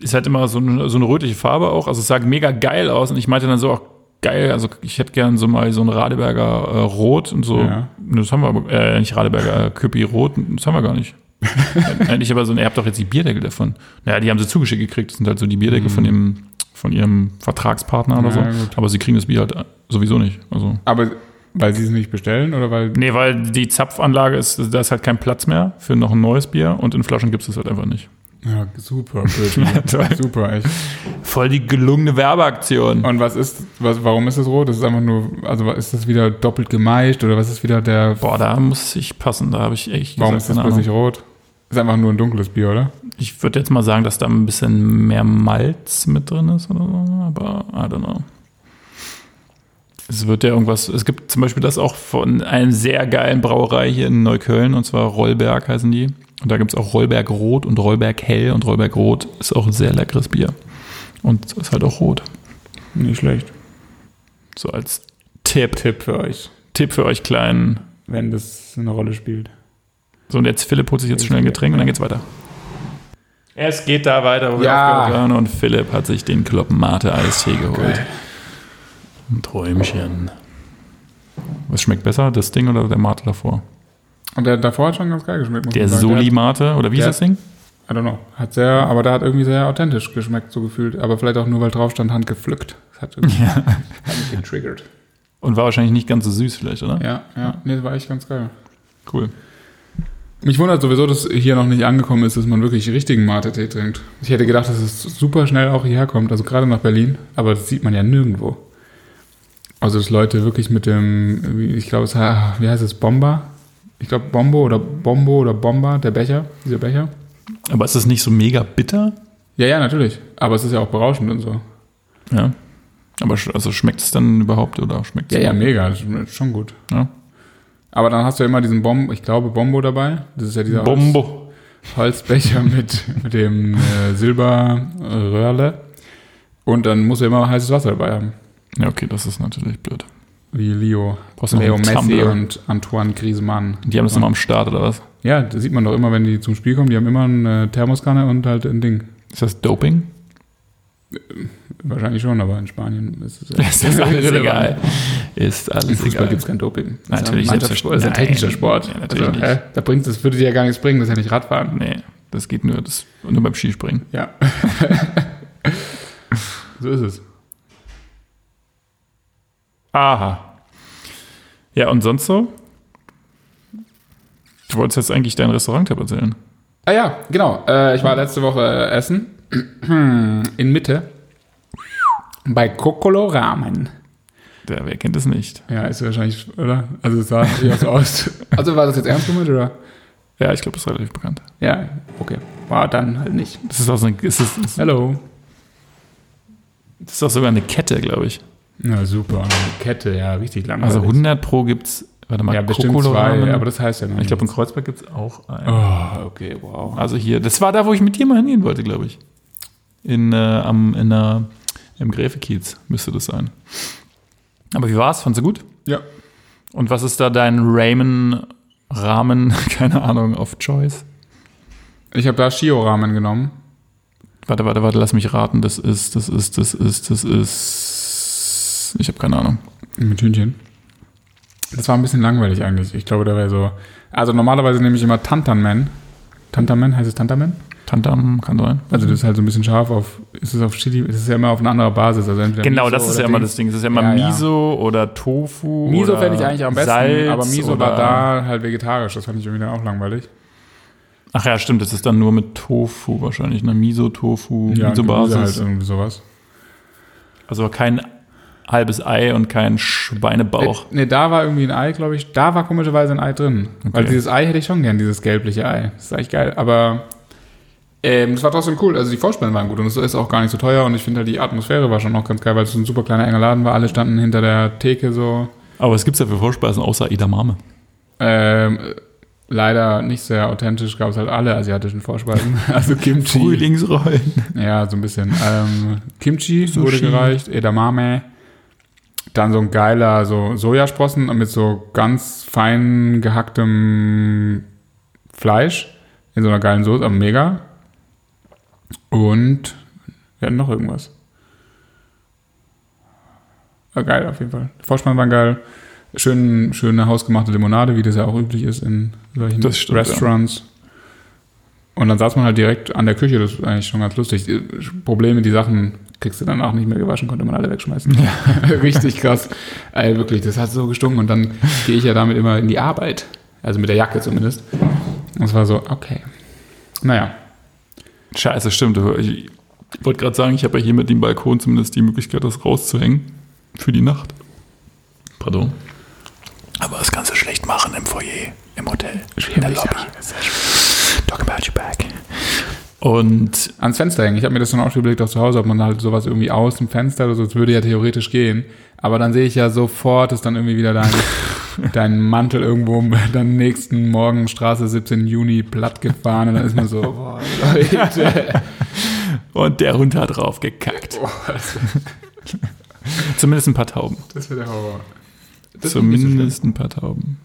Speaker 1: ist halt immer so eine, so eine rötliche Farbe auch. Also es sah mega geil aus und ich meinte dann so auch geil, also ich hätte gern so mal so ein Radeberger äh, Rot und so.
Speaker 2: Ja.
Speaker 1: Das haben wir aber, äh, nicht Radeberger, äh, Küppi Rot, das haben wir gar nicht. Eigentlich aber so, ihr habt doch jetzt die Bierdeckel davon. Naja, die haben sie zugeschickt gekriegt, das sind halt so die Bierdeckel von dem von ihrem Vertragspartner oder so.
Speaker 2: Mhm. Ja, gut.
Speaker 1: Aber sie kriegen das Bier halt äh, sowieso nicht. Also.
Speaker 2: Aber weil sie es nicht bestellen oder weil.
Speaker 1: Nee, weil die Zapfanlage ist, da ist halt kein Platz mehr für noch ein neues Bier und in Flaschen gibt es das halt einfach nicht.
Speaker 2: Ja, super, blöd. super, echt.
Speaker 1: Voll die gelungene Werbeaktion.
Speaker 2: Und was ist, was, warum ist das rot? Das ist einfach nur, also ist das wieder doppelt gemeischt oder was ist wieder der,
Speaker 1: Boah, da muss ich passen, da habe ich echt
Speaker 2: warum ist das plötzlich rot? Ist einfach nur ein dunkles Bier, oder?
Speaker 1: Ich würde jetzt mal sagen, dass da ein bisschen mehr Malz mit drin ist oder so, aber I don't know. Es wird ja irgendwas, es gibt zum Beispiel das auch von einer sehr geilen Brauerei hier in Neukölln und zwar Rollberg heißen die. Und da gibt es auch Rollberg Rot und Rollberg Hell und Rollberg Rot ist auch ein sehr leckeres Bier. Und ist halt auch rot.
Speaker 2: Nicht schlecht.
Speaker 1: So als Tipp.
Speaker 2: Tipp für euch,
Speaker 1: Tipp für euch Kleinen.
Speaker 2: wenn das eine Rolle spielt.
Speaker 1: So, und jetzt Philipp holt sich jetzt schnell ein Getränk und dann geht's weiter. Es geht da weiter, wo
Speaker 2: Ja.
Speaker 1: wir aufgehört haben. Und Philipp hat sich den Kloppenmate-Eistee
Speaker 2: Ah,
Speaker 1: geholt. Ein Träumchen. Was schmeckt besser, das Ding oder der Mate davor?
Speaker 2: Und der davor hat schon ganz geil geschmeckt. Muss
Speaker 1: Der
Speaker 2: man sagen.
Speaker 1: Soli-Mate, oder wie ist
Speaker 2: der-
Speaker 1: das Ding?
Speaker 2: Der, I don't know. Hat sehr, aber der hat irgendwie sehr authentisch geschmeckt, so gefühlt. Aber vielleicht auch nur, weil drauf stand, handgepflückt. Das hat, irgendwie- hat mich getriggert.
Speaker 1: Und war wahrscheinlich nicht ganz so süß vielleicht, oder?
Speaker 2: Ja, ja. Nee, das war echt ganz geil.
Speaker 1: Cool.
Speaker 2: Mich wundert sowieso, dass hier noch nicht angekommen ist, dass man wirklich richtigen Mate-Tee trinkt. Ich hätte gedacht, dass es super schnell auch hierher kommt, also gerade nach Berlin, aber das sieht man ja nirgendwo. Also, dass Leute wirklich mit dem, wie- ich glaube, es, ha- wie heißt es, Bomber? Ich glaube, Bombo oder Bombo oder Bomber, der Becher, dieser Becher.
Speaker 1: Aber ist das nicht so mega bitter?
Speaker 2: Ja, ja, natürlich. Aber es ist ja auch berauschend und so.
Speaker 1: Ja. Aber sch also schmeckt es dann überhaupt oder schmeckt es?
Speaker 2: mega, das ist schon gut.
Speaker 1: Ja.
Speaker 2: Aber dann hast du ja immer diesen Bombo, ich glaube, Bombo dabei. Das ist ja dieser
Speaker 1: Bombo.
Speaker 2: Holzbecher mit, mit dem äh, Silberröhrle. Und dann muss er immer heißes Wasser dabei haben.
Speaker 1: Ja, okay, das ist natürlich blöd.
Speaker 2: Wie Leo.
Speaker 1: Brauchst du noch
Speaker 2: Leo
Speaker 1: einen
Speaker 2: Messi
Speaker 1: Tumbler?
Speaker 2: und Antoine Griezmann.
Speaker 1: Die haben das immer am Start, oder was?
Speaker 2: Ja, das sieht man doch immer, wenn die zum Spiel kommen. Die haben immer eine Thermoskanne und halt ein Ding.
Speaker 1: Ist das Doping?
Speaker 2: Wahrscheinlich schon, aber in Spanien ist es ja.
Speaker 1: Ist das alles egal? Ist
Speaker 2: Im
Speaker 1: alles
Speaker 2: Fußball
Speaker 1: egal.
Speaker 2: gibt es kein Doping. Das
Speaker 1: Natürlich,
Speaker 2: ist ja ein Mannschaftssport, das ist ein
Speaker 1: nein.
Speaker 2: technischer Sport.
Speaker 1: Ja, natürlich
Speaker 2: also, hä? Da bringt's, das würde dir ja gar nichts bringen, das ist ja nicht Radfahren.
Speaker 1: Nee, das geht nur, das, nur beim Skispringen.
Speaker 2: Ja. so ist es.
Speaker 1: Aha. Ja, und sonst so? Du wolltest jetzt eigentlich deinen Restaurant-Tipp erzählen.
Speaker 2: Ah ja, genau. Äh, ich war letzte Woche äh, essen in Mitte bei Kokolo Ramen.
Speaker 1: Der, wer kennt es nicht?
Speaker 2: Ja, ist wahrscheinlich, oder? Also es sah ja so aus. Also war das jetzt ernst gemeint, oder?
Speaker 1: Ja, ich glaube, das ist relativ bekannt.
Speaker 2: Ja, okay. War dann halt nicht.
Speaker 1: Das ist auch, so eine, es ist, es
Speaker 2: Hello.
Speaker 1: das ist auch sogar eine Kette, glaube ich.
Speaker 2: Na super. Kette, ja, richtig lang.
Speaker 1: Also 100 Pro gibt's, warte mal,
Speaker 2: Ja, bestimmt
Speaker 1: Kokoloramen.
Speaker 2: zwei, aber das heißt ja noch
Speaker 1: Ich glaube, in
Speaker 2: nichts.
Speaker 1: Kreuzberg gibt's auch einen.
Speaker 2: Oh, okay, wow.
Speaker 1: Also hier, das war da, wo ich mit dir mal hingehen wollte, glaube ich. In, äh, am, in der, im Gräfekiez müsste das sein. Aber wie war's? Fandst du gut?
Speaker 2: Ja.
Speaker 1: Und was ist da dein Ramen, Rahmen, keine Ahnung, of choice?
Speaker 2: Ich habe da Shio-Ramen genommen.
Speaker 1: Warte, warte, warte, lass mich raten. Das ist, das ist, das ist, das ist. Ich habe keine Ahnung.
Speaker 2: Mit Hühnchen. Das war ein bisschen langweilig eigentlich. Ich glaube, da wäre so. Also normalerweise nehme ich immer Tantanmen. Tantanmen heißt es Tantanmen?
Speaker 1: Kantam kann sein.
Speaker 2: Also das ist halt so ein bisschen scharf auf, ist es auf Chili, ist es ist ja immer auf eine andere Basis. Also entweder
Speaker 1: Genau,
Speaker 2: Miso
Speaker 1: das ist
Speaker 2: oder
Speaker 1: ja immer
Speaker 2: Dings.
Speaker 1: das Ding. Es ist ja immer
Speaker 2: Ja, ja.
Speaker 1: Miso oder Tofu.
Speaker 2: Miso
Speaker 1: oder
Speaker 2: fände ich eigentlich am besten,
Speaker 1: Salz
Speaker 2: aber Miso
Speaker 1: oder,
Speaker 2: war da halt vegetarisch. Das fand ich irgendwie dann auch langweilig.
Speaker 1: Ach ja, stimmt, das ist dann nur mit Tofu wahrscheinlich, ne? Miso-Tofu, Miso-Basis.
Speaker 2: Gemüse halt irgendwie sowas.
Speaker 1: Also kein halbes Ei und kein Schweinebauch.
Speaker 2: Ne, da war irgendwie ein Ei, glaube ich. Da war komischerweise ein Ei drin. Weil dieses Ei hätte ich schon gern, dieses gelbliche Ei. Das ist eigentlich geil. Aber ähm, das war trotzdem cool. Also die Vorspeisen waren gut und es ist auch gar nicht so teuer. Und ich finde halt die Atmosphäre war schon auch ganz geil, weil es so ein super kleiner enger Laden war. Alle standen hinter der Theke so.
Speaker 1: Aber es gibt ja für Vorspeisen außer Edamame.
Speaker 2: Ähm, leider nicht sehr authentisch gab es halt alle asiatischen Vorspeisen. Also Kimchi.
Speaker 1: Frühlingsrollen.
Speaker 2: Ja, so ein bisschen. Ähm, Kimchi wurde
Speaker 1: Sushi.
Speaker 2: gereicht, Edamame. Dann so ein geiler so Sojasprossen mit so ganz fein gehacktem Fleisch in so einer geilen Soße, aber mega. Und wir hatten noch irgendwas. War geil auf jeden Fall. Die Vorspeisen waren geil. Schön, schöne hausgemachte Limonade, wie das ja auch üblich ist in solchen
Speaker 1: Das stimmt, ja.
Speaker 2: Restaurants. Und dann saß man halt direkt an der Küche, das ist eigentlich schon ganz lustig. Die Probleme, die Sachen kriegst du dann auch nicht mehr gewaschen, konnte man alle wegschmeißen. Richtig krass. Ey, wirklich, das hat so gestunken. Und dann gehe ich ja damit immer in die Arbeit. Also mit der Jacke zumindest. Und es war so, okay. Naja,
Speaker 1: Scheiße, stimmt. Ich wollte gerade sagen, ich habe ja hier mit dem Balkon zumindest die Möglichkeit, das rauszuhängen. Für die Nacht. Pardon. Aber das kannst du schlecht machen im Foyer, im Hotel, in der
Speaker 2: Schwierig,
Speaker 1: Lobby.
Speaker 2: ja.
Speaker 1: Talk about your back. Und
Speaker 2: ans Fenster hängen. Ich habe mir das dann auch schon überlegt, auch zu Hause, ob man halt sowas irgendwie aus dem Fenster oder so, das würde ja theoretisch gehen. Aber dann sehe ich ja sofort, dass dann irgendwie wieder dein, dein Mantel irgendwo um dann nächsten Morgen Straße 17 Juni platt gefahren und dann ist man so, boah, Leute.
Speaker 1: Und der Hund hat drauf gekackt.
Speaker 2: Oh, also.
Speaker 1: Zumindest ein paar Tauben.
Speaker 2: Das wird der Horror. Das ist nicht so schlimm.
Speaker 1: Zumindest ein paar Tauben.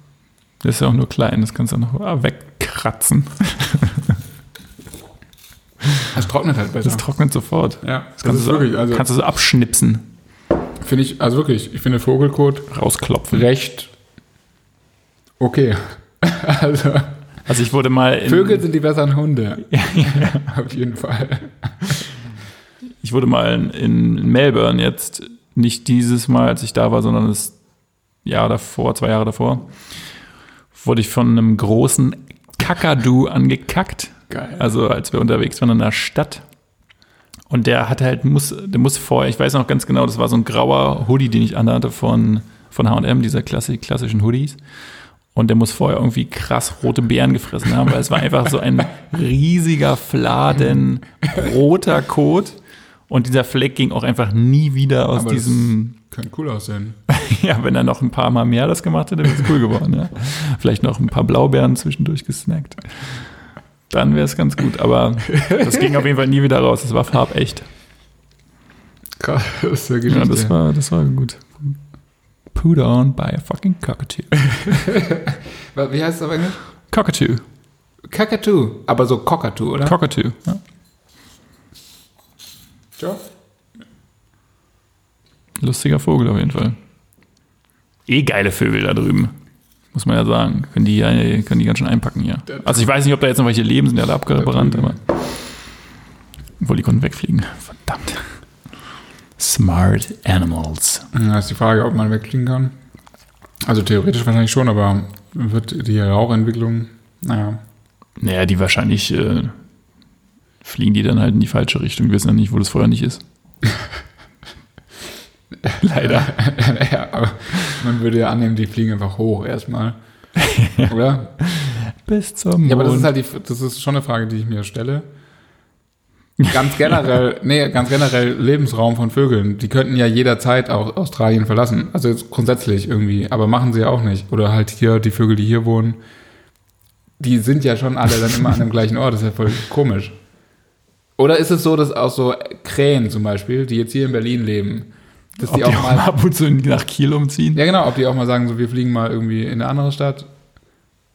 Speaker 1: Das ist ja auch nur klein, das kannst du auch noch ah, wegkratzen.
Speaker 2: Es trocknet halt besser.
Speaker 1: Das trocknet sofort.
Speaker 2: ja, das,
Speaker 1: kannst
Speaker 2: ist
Speaker 1: du so,
Speaker 2: wirklich, also
Speaker 1: kannst du so abschnipsen,
Speaker 2: finde ich, also wirklich, ich finde Vogelkot
Speaker 1: rausklopfen.
Speaker 2: recht okay. Also
Speaker 1: Also ich wurde mal in,
Speaker 2: Vögel sind die besseren Hunde. Auf jeden Fall.
Speaker 1: ich wurde mal in, in Melbourne jetzt, nicht dieses Mal, als ich da war, sondern das Jahr davor, zwei Jahre davor, wurde ich von einem großen Kakadu angekackt.
Speaker 2: Geil.
Speaker 1: Also als wir unterwegs waren in der Stadt. Und der hat halt, muss, der muss vorher, ich weiß noch ganz genau, das war so ein grauer Hoodie, den ich anhatte von, von H&M, dieser klassi klassischen Hoodies. Und der muss vorher irgendwie krass rote Beeren gefressen haben, weil es war einfach so ein riesiger Fladen, roter Kot. Und dieser Fleck ging auch einfach nie wieder aus
Speaker 2: Aber das-
Speaker 1: diesem
Speaker 2: Könnte cool aussehen.
Speaker 1: ja, wenn er noch ein paar Mal mehr das gemacht hätte, wäre es cool geworden. Ja. Vielleicht noch ein paar Blaubeeren zwischendurch gesnackt. Dann wäre es ganz gut. Aber das ging auf jeden Fall nie wieder raus. Das war farbecht.
Speaker 2: Krass, das ist
Speaker 1: Ja, das war, das war gut. Poo down by a fucking cockatoo.
Speaker 2: Wie heißt es auf Englisch?
Speaker 1: Cockatoo.
Speaker 2: Kakatu. Aber so Cockatoo, oder?
Speaker 1: Cockatoo. Ja.
Speaker 2: ja.
Speaker 1: Lustiger Vogel auf jeden Fall. Eh geile Vögel da drüben. Muss man ja sagen. Können die, ja- können die ganz schön einpacken hier. Also ich weiß nicht, ob da jetzt noch welche leben, sind ja alle abgebrannt, aber. Obwohl die konnten wegfliegen. Verdammt. Smart Animals.
Speaker 2: ja, ist die Frage, ob man wegkriegen kann. Also theoretisch wahrscheinlich schon, aber wird die Rauchentwicklung, naja.
Speaker 1: Naja, die wahrscheinlich äh, fliegen die dann halt in die falsche Richtung. Die wissen ja nicht, wo das Feuer nicht ist. Leider.
Speaker 2: ja, aber man würde ja annehmen, die fliegen einfach hoch erstmal. Oder?
Speaker 1: Bis zum
Speaker 2: Ja, aber das ist
Speaker 1: Mond.
Speaker 2: halt die, das ist schon eine Frage, die ich mir stelle. Ganz generell, nee, ganz generell Lebensraum von Vögeln. Die könnten ja jederzeit auch Australien verlassen. Also jetzt grundsätzlich irgendwie, aber machen sie ja auch nicht. Oder halt hier, die Vögel, die hier wohnen, die sind ja schon alle dann immer an dem gleichen Ort. Das ist ja voll komisch. Oder ist es so, dass auch so Krähen zum Beispiel, die jetzt hier in Berlin leben, dass
Speaker 1: Ob
Speaker 2: die auch mal
Speaker 1: ab und zu nach Kiel umziehen.
Speaker 2: ja, genau, ob die auch mal sagen, so wir fliegen mal irgendwie in eine andere Stadt.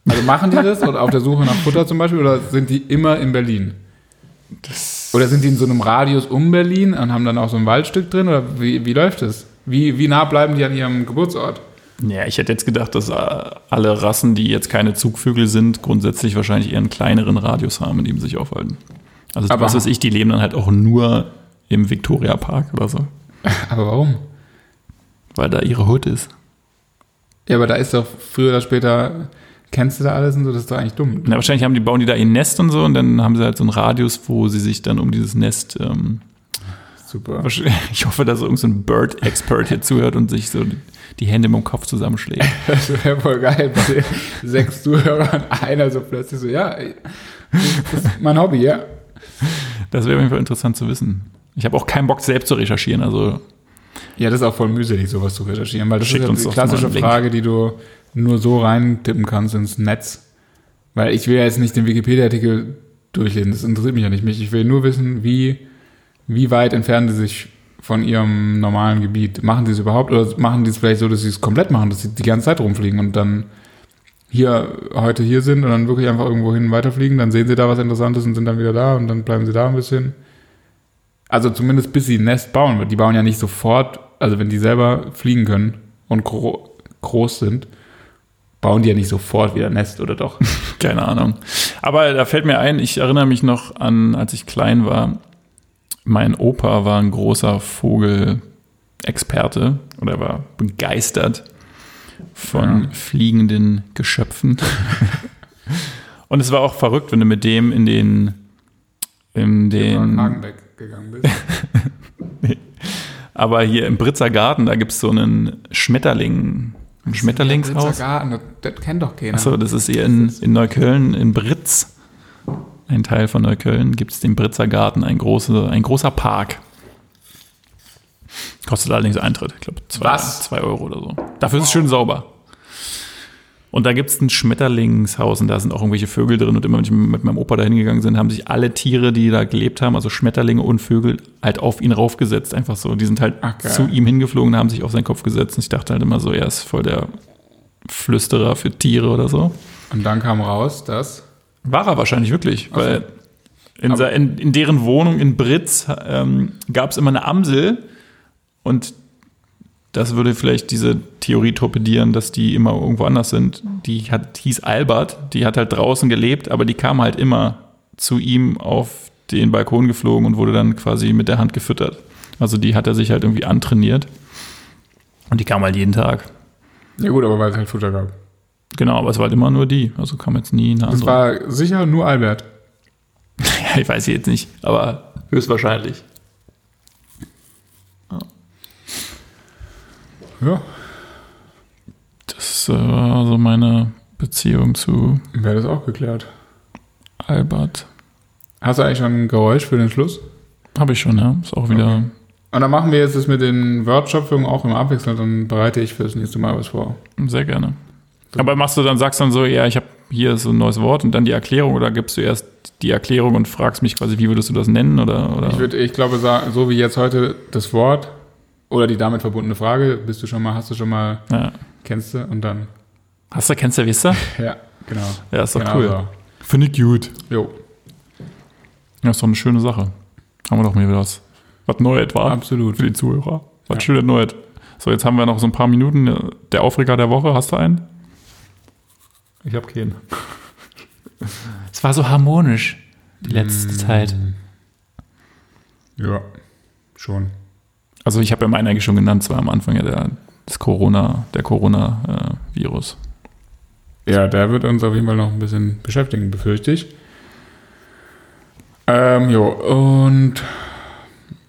Speaker 2: Also machen die das oder auf der Suche nach Futter zum Beispiel oder sind die immer in Berlin? oder sind die in so einem Radius um Berlin und haben dann auch so ein Waldstück drin oder wie, wie läuft das? Wie, wie nah bleiben die an ihrem Geburtsort?
Speaker 1: Ja, ich hätte jetzt gedacht, dass äh, alle Rassen, die jetzt keine Zugvögel sind, grundsätzlich wahrscheinlich eher einen kleineren Radius haben, in dem sie sich aufhalten. Also
Speaker 2: Aber-
Speaker 1: was weiß ich, die leben dann halt auch nur im Victoria Park oder so,
Speaker 2: Aber warum?
Speaker 1: weil da ihre Hut ist.
Speaker 2: Ja, aber da ist doch früher oder später, kennst du da alles und so, das ist doch eigentlich dumm.
Speaker 1: Na, wahrscheinlich haben die, bauen die da ihr Nest und so und dann haben sie halt so einen Radius, wo sie sich dann um dieses Nest. Ähm,
Speaker 2: Super.
Speaker 1: wahrscheinlich- ich hoffe, dass irgendein so ein Bird-Expert hier zuhört und sich so die Hände mit dem Kopf zusammenschlägt.
Speaker 2: Das wäre voll geil, bei den sechs Zuhörern einer so plötzlich so, ja, das ist mein Hobby, ja.
Speaker 1: Das wäre auf jeden Fall interessant zu wissen. Ich habe auch keinen Bock, selbst zu recherchieren. Also
Speaker 2: Ja, das ist auch voll mühselig, sowas zu recherchieren, weil das
Speaker 1: Schickt
Speaker 2: ist ja
Speaker 1: uns
Speaker 2: die
Speaker 1: doch mal einen
Speaker 2: klassische
Speaker 1: Link.
Speaker 2: Frage, die du nur so reintippen kannst ins Netz. Weil ich will ja jetzt nicht den Wikipedia-Artikel durchlesen, das interessiert mich ja nicht mich. Ich will nur wissen, wie, wie weit entfernen die sich von ihrem normalen Gebiet. Machen die es überhaupt oder machen die es vielleicht so, dass sie es komplett machen, dass sie die ganze Zeit rumfliegen und dann hier heute hier sind und dann wirklich einfach irgendwo hin weiterfliegen, dann sehen sie da was Interessantes und sind dann wieder da und dann bleiben sie da ein bisschen. Also zumindest bis sie ein Nest bauen. Die bauen ja nicht sofort, also wenn die selber fliegen können und gro groß sind, bauen die ja nicht sofort wieder ein Nest, oder doch?
Speaker 1: Keine Ahnung. Aber da fällt mir ein, ich erinnere mich noch an, als ich klein war, mein Opa war ein großer Vogelexperte oder war begeistert von fliegenden Geschöpfen. Und es war auch verrückt, wenn du mit dem in den in den
Speaker 2: gegangen bist.
Speaker 1: aber hier im Britzer Garten, da gibt es so einen Schmetterling, ein Schmetterlingshaus.
Speaker 2: Garten, das, das kennt doch keiner.
Speaker 1: Achso, das ist hier in, in Neukölln, in Britz, ein Teil von Neukölln, gibt es den Britzer Garten, ein, große, ein großer Park. Kostet allerdings Eintritt, ich glaube zwei,
Speaker 2: Was?
Speaker 1: zwei Euro oder so. Dafür ist es schön sauber. Und da gibt es ein Schmetterlingshaus und da sind auch irgendwelche Vögel drin. Und immer, wenn ich mit meinem Opa da hingegangen bin, haben sich alle Tiere, die da gelebt haben, also Schmetterlinge und Vögel, halt auf ihn raufgesetzt. Einfach so. Die sind halt
Speaker 2: Ach, geil.
Speaker 1: zu ihm hingeflogen, haben sich auf seinen Kopf gesetzt. Und ich dachte halt immer so, er ist voll der Flüsterer für Tiere oder so.
Speaker 2: Und dann kam raus, dass.
Speaker 1: War er wahrscheinlich wirklich, weil in,
Speaker 2: Aber-
Speaker 1: se- in, in deren Wohnung in Britz ähm, gab es immer eine Amsel und das würde vielleicht diese Theorie torpedieren, dass die immer irgendwo anders sind. Die hat, hieß Albert, die hat halt draußen gelebt, aber die kam halt immer zu ihm auf den Balkon geflogen und wurde dann quasi mit der Hand gefüttert. Also die hat er sich halt irgendwie antrainiert und die kam halt jeden Tag.
Speaker 2: Ja gut, aber weil es halt Futter gab.
Speaker 1: Genau, aber es war halt immer nur die. Also kam jetzt nie eine
Speaker 2: Das
Speaker 1: andere.
Speaker 2: war sicher nur Albert.
Speaker 1: Ja, ich weiß jetzt nicht, aber höchstwahrscheinlich.
Speaker 2: Ja.
Speaker 1: Das äh, war so meine Beziehung zu
Speaker 2: Wäre das auch geklärt.
Speaker 1: Albert.
Speaker 2: Hast du eigentlich schon ein Geräusch für den Schluss?
Speaker 1: Habe ich schon, ja. Ist auch wieder.
Speaker 2: Und dann machen wir jetzt das mit den Wortschöpfungen auch immer abwechselnd, dann bereite ich für das nächste Mal was vor.
Speaker 1: Sehr gerne. Aber machst du dann, sagst dann so, ja, ich habe hier ist so ein neues Wort und dann die Erklärung oder gibst du erst die Erklärung und fragst mich quasi, wie würdest du das nennen oder? oder?
Speaker 2: Ich würde, ich glaube, sa- so wie jetzt heute das Wort oder die damit verbundene Frage, bist du schon mal, hast du schon mal,
Speaker 1: ja.
Speaker 2: kennst du und dann.
Speaker 1: Hast du, kennst du, wisst du?
Speaker 2: Ja, genau.
Speaker 1: Ja, ist doch
Speaker 2: genau
Speaker 1: cool. Finde ich gut.
Speaker 2: So. Jo,
Speaker 1: Ja, ist doch eine schöne Sache. Haben wir doch mal wieder was. Was Neues, war.
Speaker 2: absolut.
Speaker 1: Für die Zuhörer. Was schönes Neues. So, jetzt haben wir noch so ein paar Minuten. Der Aufreger der Woche, hast du einen? Ich habe keinen. Es war so harmonisch, die letzte Zeit.
Speaker 2: Ja, schon.
Speaker 1: Also ich habe ja meinen eigentlich schon genannt, zwar am Anfang ja der, des Corona, der Corona-Virus.
Speaker 2: Ja, der wird uns auf jeden Fall noch ein bisschen beschäftigen, befürchte ich. Ähm, jo, und.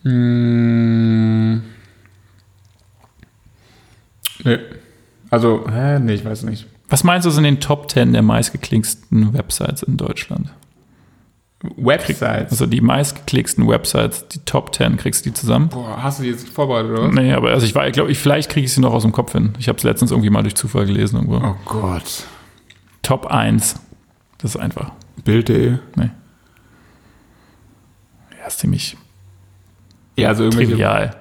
Speaker 2: Mh, nee. Also, hä, nee, ich weiß nicht.
Speaker 1: Was meinst du, sind in den Top 10 der meistgeklicksten Websites in Deutschland?
Speaker 2: Websites.
Speaker 1: Also die meistgeklicksten Websites, die Top 10, kriegst du die zusammen?
Speaker 2: Boah, hast du die jetzt vorbereitet, oder was?
Speaker 1: Nee, aber also ich war, ich glaube, ich, vielleicht kriege ich sie noch aus dem Kopf hin. Ich habe es letztens irgendwie mal durch Zufall gelesen irgendwo.
Speaker 2: Oh Gott.
Speaker 1: Top 1. Das ist einfach.
Speaker 2: Bild.de.
Speaker 1: Ja, ist ziemlich
Speaker 2: Ja, also irgendwelche.
Speaker 1: trivial.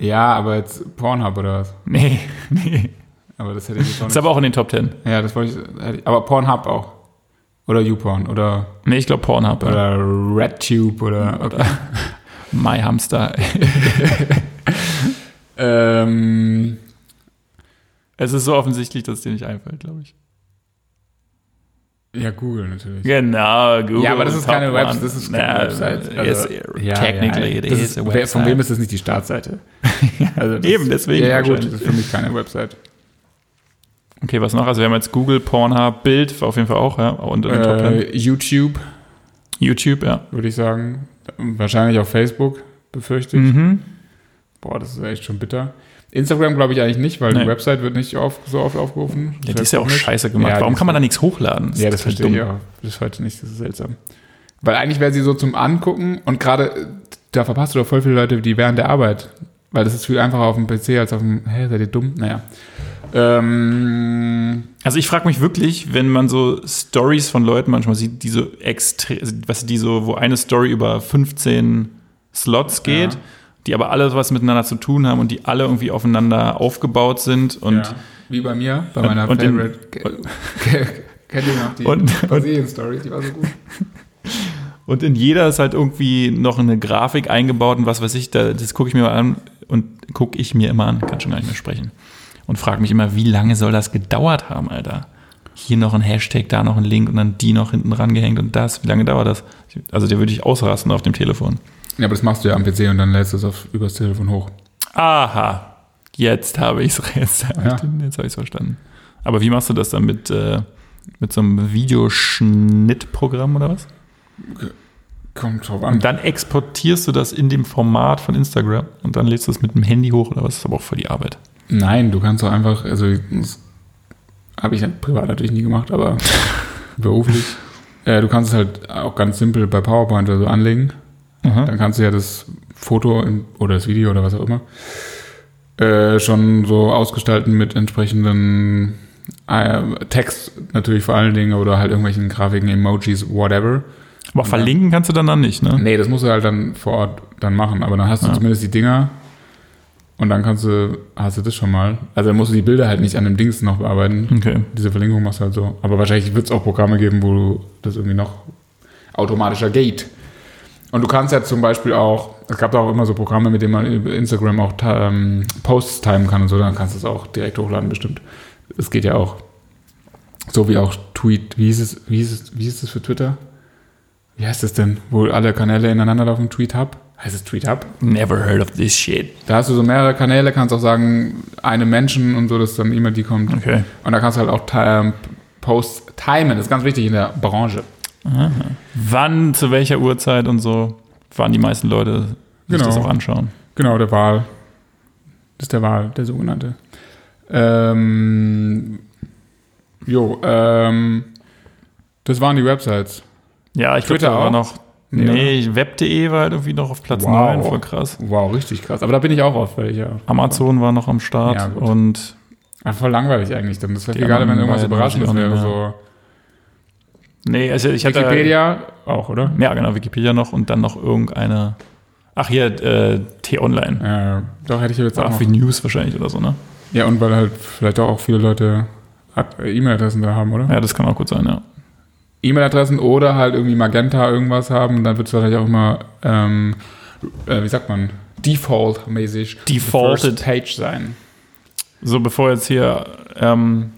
Speaker 2: Ja, aber jetzt Pornhub oder was?
Speaker 1: Nee, nee.
Speaker 2: Aber das hätte ich jetzt auch
Speaker 1: Ist
Speaker 2: nicht.
Speaker 1: aber auch in den Top 10.
Speaker 2: Ja, das wollte ich. hätte ich- Aber Pornhub auch. Oder YouPorn oder,
Speaker 1: Nee, ich glaube Pornhub. äh, Ja.
Speaker 2: oder RedTube oder. Okay.
Speaker 1: My Hamster.
Speaker 2: Ähm,
Speaker 1: Es ist so offensichtlich, dass es dir nicht einfällt, glaube ich.
Speaker 2: Ja, Google natürlich.
Speaker 1: Genau, Google.
Speaker 2: Ja, aber das ist
Speaker 1: Top
Speaker 2: keine, Web
Speaker 1: One.
Speaker 2: das ist keine
Speaker 1: Ja,
Speaker 2: Website. Also,
Speaker 1: yes, technically it
Speaker 2: das
Speaker 1: is
Speaker 2: ist,
Speaker 1: a
Speaker 2: wer- Von
Speaker 1: website.
Speaker 2: wem ist das nicht die Startseite? Also das-
Speaker 1: Eben, deswegen
Speaker 2: Ja, ja gut,
Speaker 1: wahrscheinlich.
Speaker 2: das ist für mich keine Website.
Speaker 1: Okay, was noch? Also wir haben jetzt Google, Pornhub, Bild, war auf jeden Fall auch, ja, und in den Top Ten.
Speaker 2: Äh, YouTube,
Speaker 1: YouTube, ja.
Speaker 2: würde ich sagen. Wahrscheinlich auch Facebook, befürchte ich. Boah, das ist echt schon bitter. Instagram glaube ich eigentlich nicht, weil
Speaker 1: Nee.
Speaker 2: die Website wird nicht oft, so oft aufgerufen.
Speaker 1: Ja, die ist ja auch
Speaker 2: Facebook nicht.
Speaker 1: scheiße gemacht.
Speaker 2: Ja,
Speaker 1: Warum
Speaker 2: die
Speaker 1: kann
Speaker 2: ist-
Speaker 1: man da nichts hochladen?
Speaker 2: Ja, das
Speaker 1: ist halt
Speaker 2: verstehe ich auch bis heute nicht. Das ist seltsam. Weil eigentlich wäre sie so zum Angucken und gerade äh, da verpasst du doch voll viele Leute, die während der Arbeit. Weil das ist viel einfacher auf dem PC als auf dem. Hä, seid ihr dumm? Naja. Ähm,
Speaker 1: Also ich frage mich wirklich, wenn man so Stories von Leuten manchmal sieht, die so extrem, was die so, wo eine Story über 15 Slots geht,
Speaker 2: Ja.
Speaker 1: die aber alle was miteinander zu tun haben und die alle irgendwie aufeinander aufgebaut sind und
Speaker 2: ja. Wie bei mir, bei meiner
Speaker 1: und in-
Speaker 2: Favorite. Kennt ihr noch die
Speaker 1: Und- und-
Speaker 2: Brasilien-Story? Die war so gut.
Speaker 1: Und in jeder ist halt irgendwie noch eine Grafik eingebaut und was weiß ich, da, das gucke ich mir mal an und gucke ich mir immer an, kann schon gar nicht mehr sprechen. Und frage mich immer, wie lange soll das gedauert haben, Alter? Hier noch ein Hashtag, da noch ein Link und dann die noch hinten rangehängt und das. Wie lange dauert das? Also der würde ich ausrasten auf dem Telefon.
Speaker 2: Ja, aber das machst du ja am PC und dann lädst du es auf, übers Telefon hoch.
Speaker 1: Aha, jetzt habe ich es jetzt habe
Speaker 2: Ja.
Speaker 1: ich den- jetzt habe ich's verstanden. Aber wie machst du das dann mit, äh, mit so einem Videoschnittprogramm oder was?
Speaker 2: Kommt drauf an.
Speaker 1: Und dann exportierst du das in dem Format von Instagram und dann lädst du es mit dem Handy hoch oder was? Das ist aber auch voll die Arbeit.
Speaker 2: Nein, du kannst doch einfach, also das habe ich halt privat natürlich nie gemacht, aber beruflich. Äh, du kannst es halt auch ganz simpel bei PowerPoint oder so anlegen. Dann kannst du ja das Foto in, oder das Video oder was auch immer äh, schon so ausgestalten mit entsprechenden äh, Text natürlich vor allen Dingen oder halt irgendwelchen Grafiken, Emojis, whatever.
Speaker 1: Aber verlinken kannst du dann, dann nicht, ne?
Speaker 2: Nee, das musst du halt dann vor Ort dann machen. Aber dann hast du
Speaker 1: Ja.
Speaker 2: zumindest die Dinger und dann kannst du, hast du das schon mal. Also dann musst du die Bilder halt nicht an dem Dings noch bearbeiten.
Speaker 1: Okay.
Speaker 2: Diese Verlinkung machst du halt so. Aber wahrscheinlich wird es auch Programme geben, wo du das irgendwie noch automatischer geht. Und du kannst ja zum Beispiel auch, es gab da auch immer so Programme, mit denen man über Instagram auch ta- ähm, Posts timen kann und so, dann kannst du es auch direkt hochladen, bestimmt. Das geht ja auch. So wie auch Tweet, wie hieß es, wie hieß es, wie hieß es für Twitter? Wie heißt es denn? Wo alle Kanäle ineinander laufen, Tweet Hub? Heißt es Tweet Hub?
Speaker 1: Never heard of this shit.
Speaker 2: Da hast du so mehrere Kanäle, kannst auch sagen, einem Menschen und so, dass dann immer die kommt.
Speaker 1: Okay.
Speaker 2: Und da kannst du halt auch ti- ähm, Posts timen. Das ist ganz wichtig in der Branche.
Speaker 1: Wann, zu welcher Uhrzeit und so, wann die meisten Leute sich
Speaker 2: Genau.
Speaker 1: das auch anschauen.
Speaker 2: Genau, der Wahl. Das ist der Wahl, der sogenannte. Ähm, jo, ähm, das waren die Websites.
Speaker 1: Ja, ich
Speaker 2: Twitter
Speaker 1: Twitter war
Speaker 2: auch?
Speaker 1: noch.
Speaker 2: Nee,
Speaker 1: Nee, Web.de war halt irgendwie noch auf Platz
Speaker 2: Wow.
Speaker 1: 9, voll krass.
Speaker 2: Wow, richtig krass. Aber da bin ich auch auf welcher.
Speaker 1: Amazon war noch am Start
Speaker 2: Ja, gut.
Speaker 1: und
Speaker 2: Ah, voll langweilig eigentlich. Dann ist es
Speaker 1: Die
Speaker 2: egal, wenn
Speaker 1: anderen
Speaker 2: irgendwas
Speaker 1: beiden
Speaker 2: Überraschendes
Speaker 1: weiß ich auch
Speaker 2: wäre.
Speaker 1: nicht
Speaker 2: So.
Speaker 1: nee, also ich hatte
Speaker 2: Wikipedia auch, oder?
Speaker 1: ja genau Wikipedia noch und dann noch irgendeine. Ach hier äh, T-Online,
Speaker 2: Äh, doch, hätte ich jetzt auch
Speaker 1: auch
Speaker 2: noch.
Speaker 1: wie News wahrscheinlich oder so ne?
Speaker 2: Ja, und weil halt vielleicht auch viele Leute Ad- äh, E-Mail-Adressen da haben, oder?
Speaker 1: Ja, das kann auch gut sein, ja.
Speaker 2: E-Mail-Adressen oder halt irgendwie Magenta irgendwas haben, dann wird es wahrscheinlich auch immer, ähm, äh, wie sagt man, default-mäßig the
Speaker 1: Defaulted.
Speaker 2: first Page sein.
Speaker 1: So, bevor jetzt hier, ähm,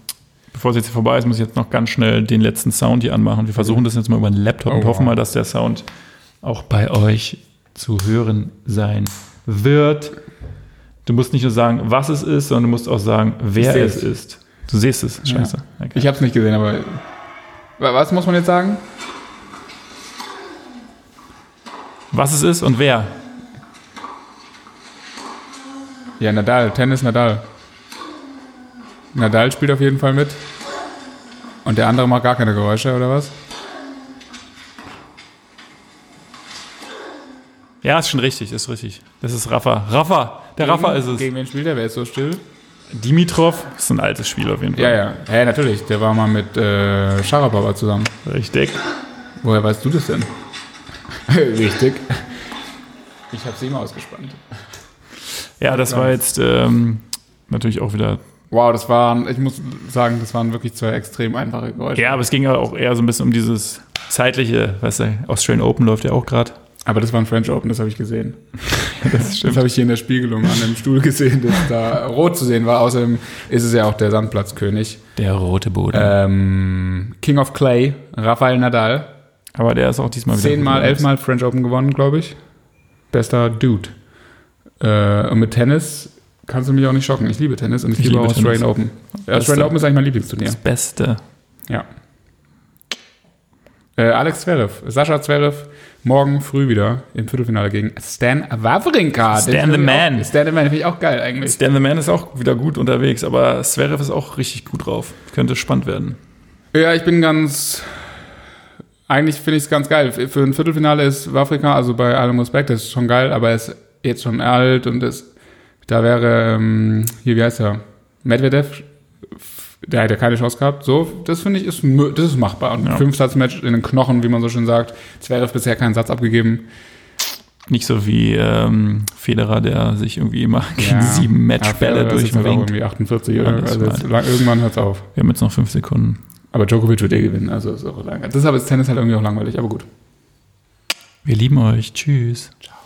Speaker 1: bevor es jetzt hier vorbei ist, muss ich jetzt noch ganz schnell den letzten Sound hier anmachen. Wir versuchen das jetzt mal über den Laptop
Speaker 2: Oh,
Speaker 1: und hoffen
Speaker 2: wow.
Speaker 1: mal, dass der Sound auch bei euch zu hören sein wird. Du musst nicht nur sagen, was es ist, sondern du musst auch sagen, wer
Speaker 2: Ich
Speaker 1: es
Speaker 2: seh's.
Speaker 1: ist. Du siehst es, scheiße. Okay.
Speaker 2: Ich habe es nicht gesehen, aber Wa- was muss man jetzt sagen?
Speaker 1: Was es ist und wer?
Speaker 2: Ja, Nadal, Tennis Nadal. Nadal spielt auf jeden Fall mit. Und der andere macht gar keine Geräusche, oder was?
Speaker 1: Ja, ist schon richtig, ist richtig. Das ist Rafa. Rafa, der Rafa ist es.
Speaker 2: Gegen wen spielt er? Wer ist so still?
Speaker 1: Dimitrov ist ein altes Spiel auf jeden Fall.
Speaker 2: Ja, ja. Ja, natürlich. Der war mal mit äh, Sharapova zusammen.
Speaker 1: Richtig.
Speaker 2: Woher weißt du das denn? Richtig. Ich habe sie immer ausgespannt.
Speaker 1: Ja, das war jetzt ähm, natürlich auch wieder
Speaker 2: Wow, das waren, ich muss sagen, das waren wirklich zwei extrem einfache Geräusche.
Speaker 1: Ja, aber es ging ja auch eher so ein bisschen um dieses zeitliche, weißt du, Australian Open läuft ja auch gerade.
Speaker 2: Aber das war ein French Open, das habe ich gesehen. Das, das habe ich hier in der Spiegelung an dem Stuhl gesehen, dass da rot zu sehen war. Außerdem ist es ja auch der Sandplatzkönig.
Speaker 1: Der rote Boden.
Speaker 2: Ähm, King of Clay, Rafael Nadal.
Speaker 1: Aber der ist auch diesmal wieder.
Speaker 2: Zehnmal,
Speaker 1: gut
Speaker 2: elfmal French Open gewonnen, glaube ich. Bester Dude. Äh, und mit Tennis kannst du mich auch nicht schocken. Ich liebe Tennis und ich,
Speaker 1: Ich
Speaker 2: liebe,
Speaker 1: liebe
Speaker 2: auch Australian
Speaker 1: Tennis.
Speaker 2: Open. Australian Open ist eigentlich mein Lieblingsturnier.
Speaker 1: Das Beste.
Speaker 2: Ja. Äh, Alex Zverev, Sascha Zverev, morgen früh wieder im Viertelfinale gegen Stan Wawrinka. Den
Speaker 1: Stan
Speaker 2: finde
Speaker 1: the
Speaker 2: ich auch-
Speaker 1: Man.
Speaker 2: Stan the Man finde ich auch geil eigentlich.
Speaker 1: Stan the Man ist auch wieder gut unterwegs, aber Zverev ist auch richtig gut drauf. Könnte spannend werden.
Speaker 2: Ja, ich bin ganz. Eigentlich finde ich es ganz geil. Für ein Viertelfinale ist Wafrika, also bei allem Respekt, das ist schon geil, aber er ist jetzt schon alt und ist, da wäre, ähm, hier, wie heißt er? Medvedev, der hätte keine Chance gehabt. So, das finde ich, ist, mö- das ist machbar. Und ein
Speaker 1: Ja.
Speaker 2: Fünfsatzmatch in den Knochen, wie man so schön sagt. Zverev bisher keinen Satz abgegeben.
Speaker 1: Nicht so wie ähm, Federer, der sich irgendwie immer gegen sieben Matchbälle
Speaker 2: Federer ist jetzt halt auch
Speaker 1: durchwinkt.
Speaker 2: irgendwie 48 oder
Speaker 1: Ja, das
Speaker 2: also
Speaker 1: war-
Speaker 2: jetzt, lang, irgendwann hört es auf.
Speaker 1: Wir haben jetzt noch fünf Sekunden.
Speaker 2: Aber Djokovic wird eh gewinnen, also ist auch lang. Deshalb ist Tennis halt irgendwie auch langweilig, aber gut.
Speaker 1: Wir lieben euch. Tschüss. Ciao.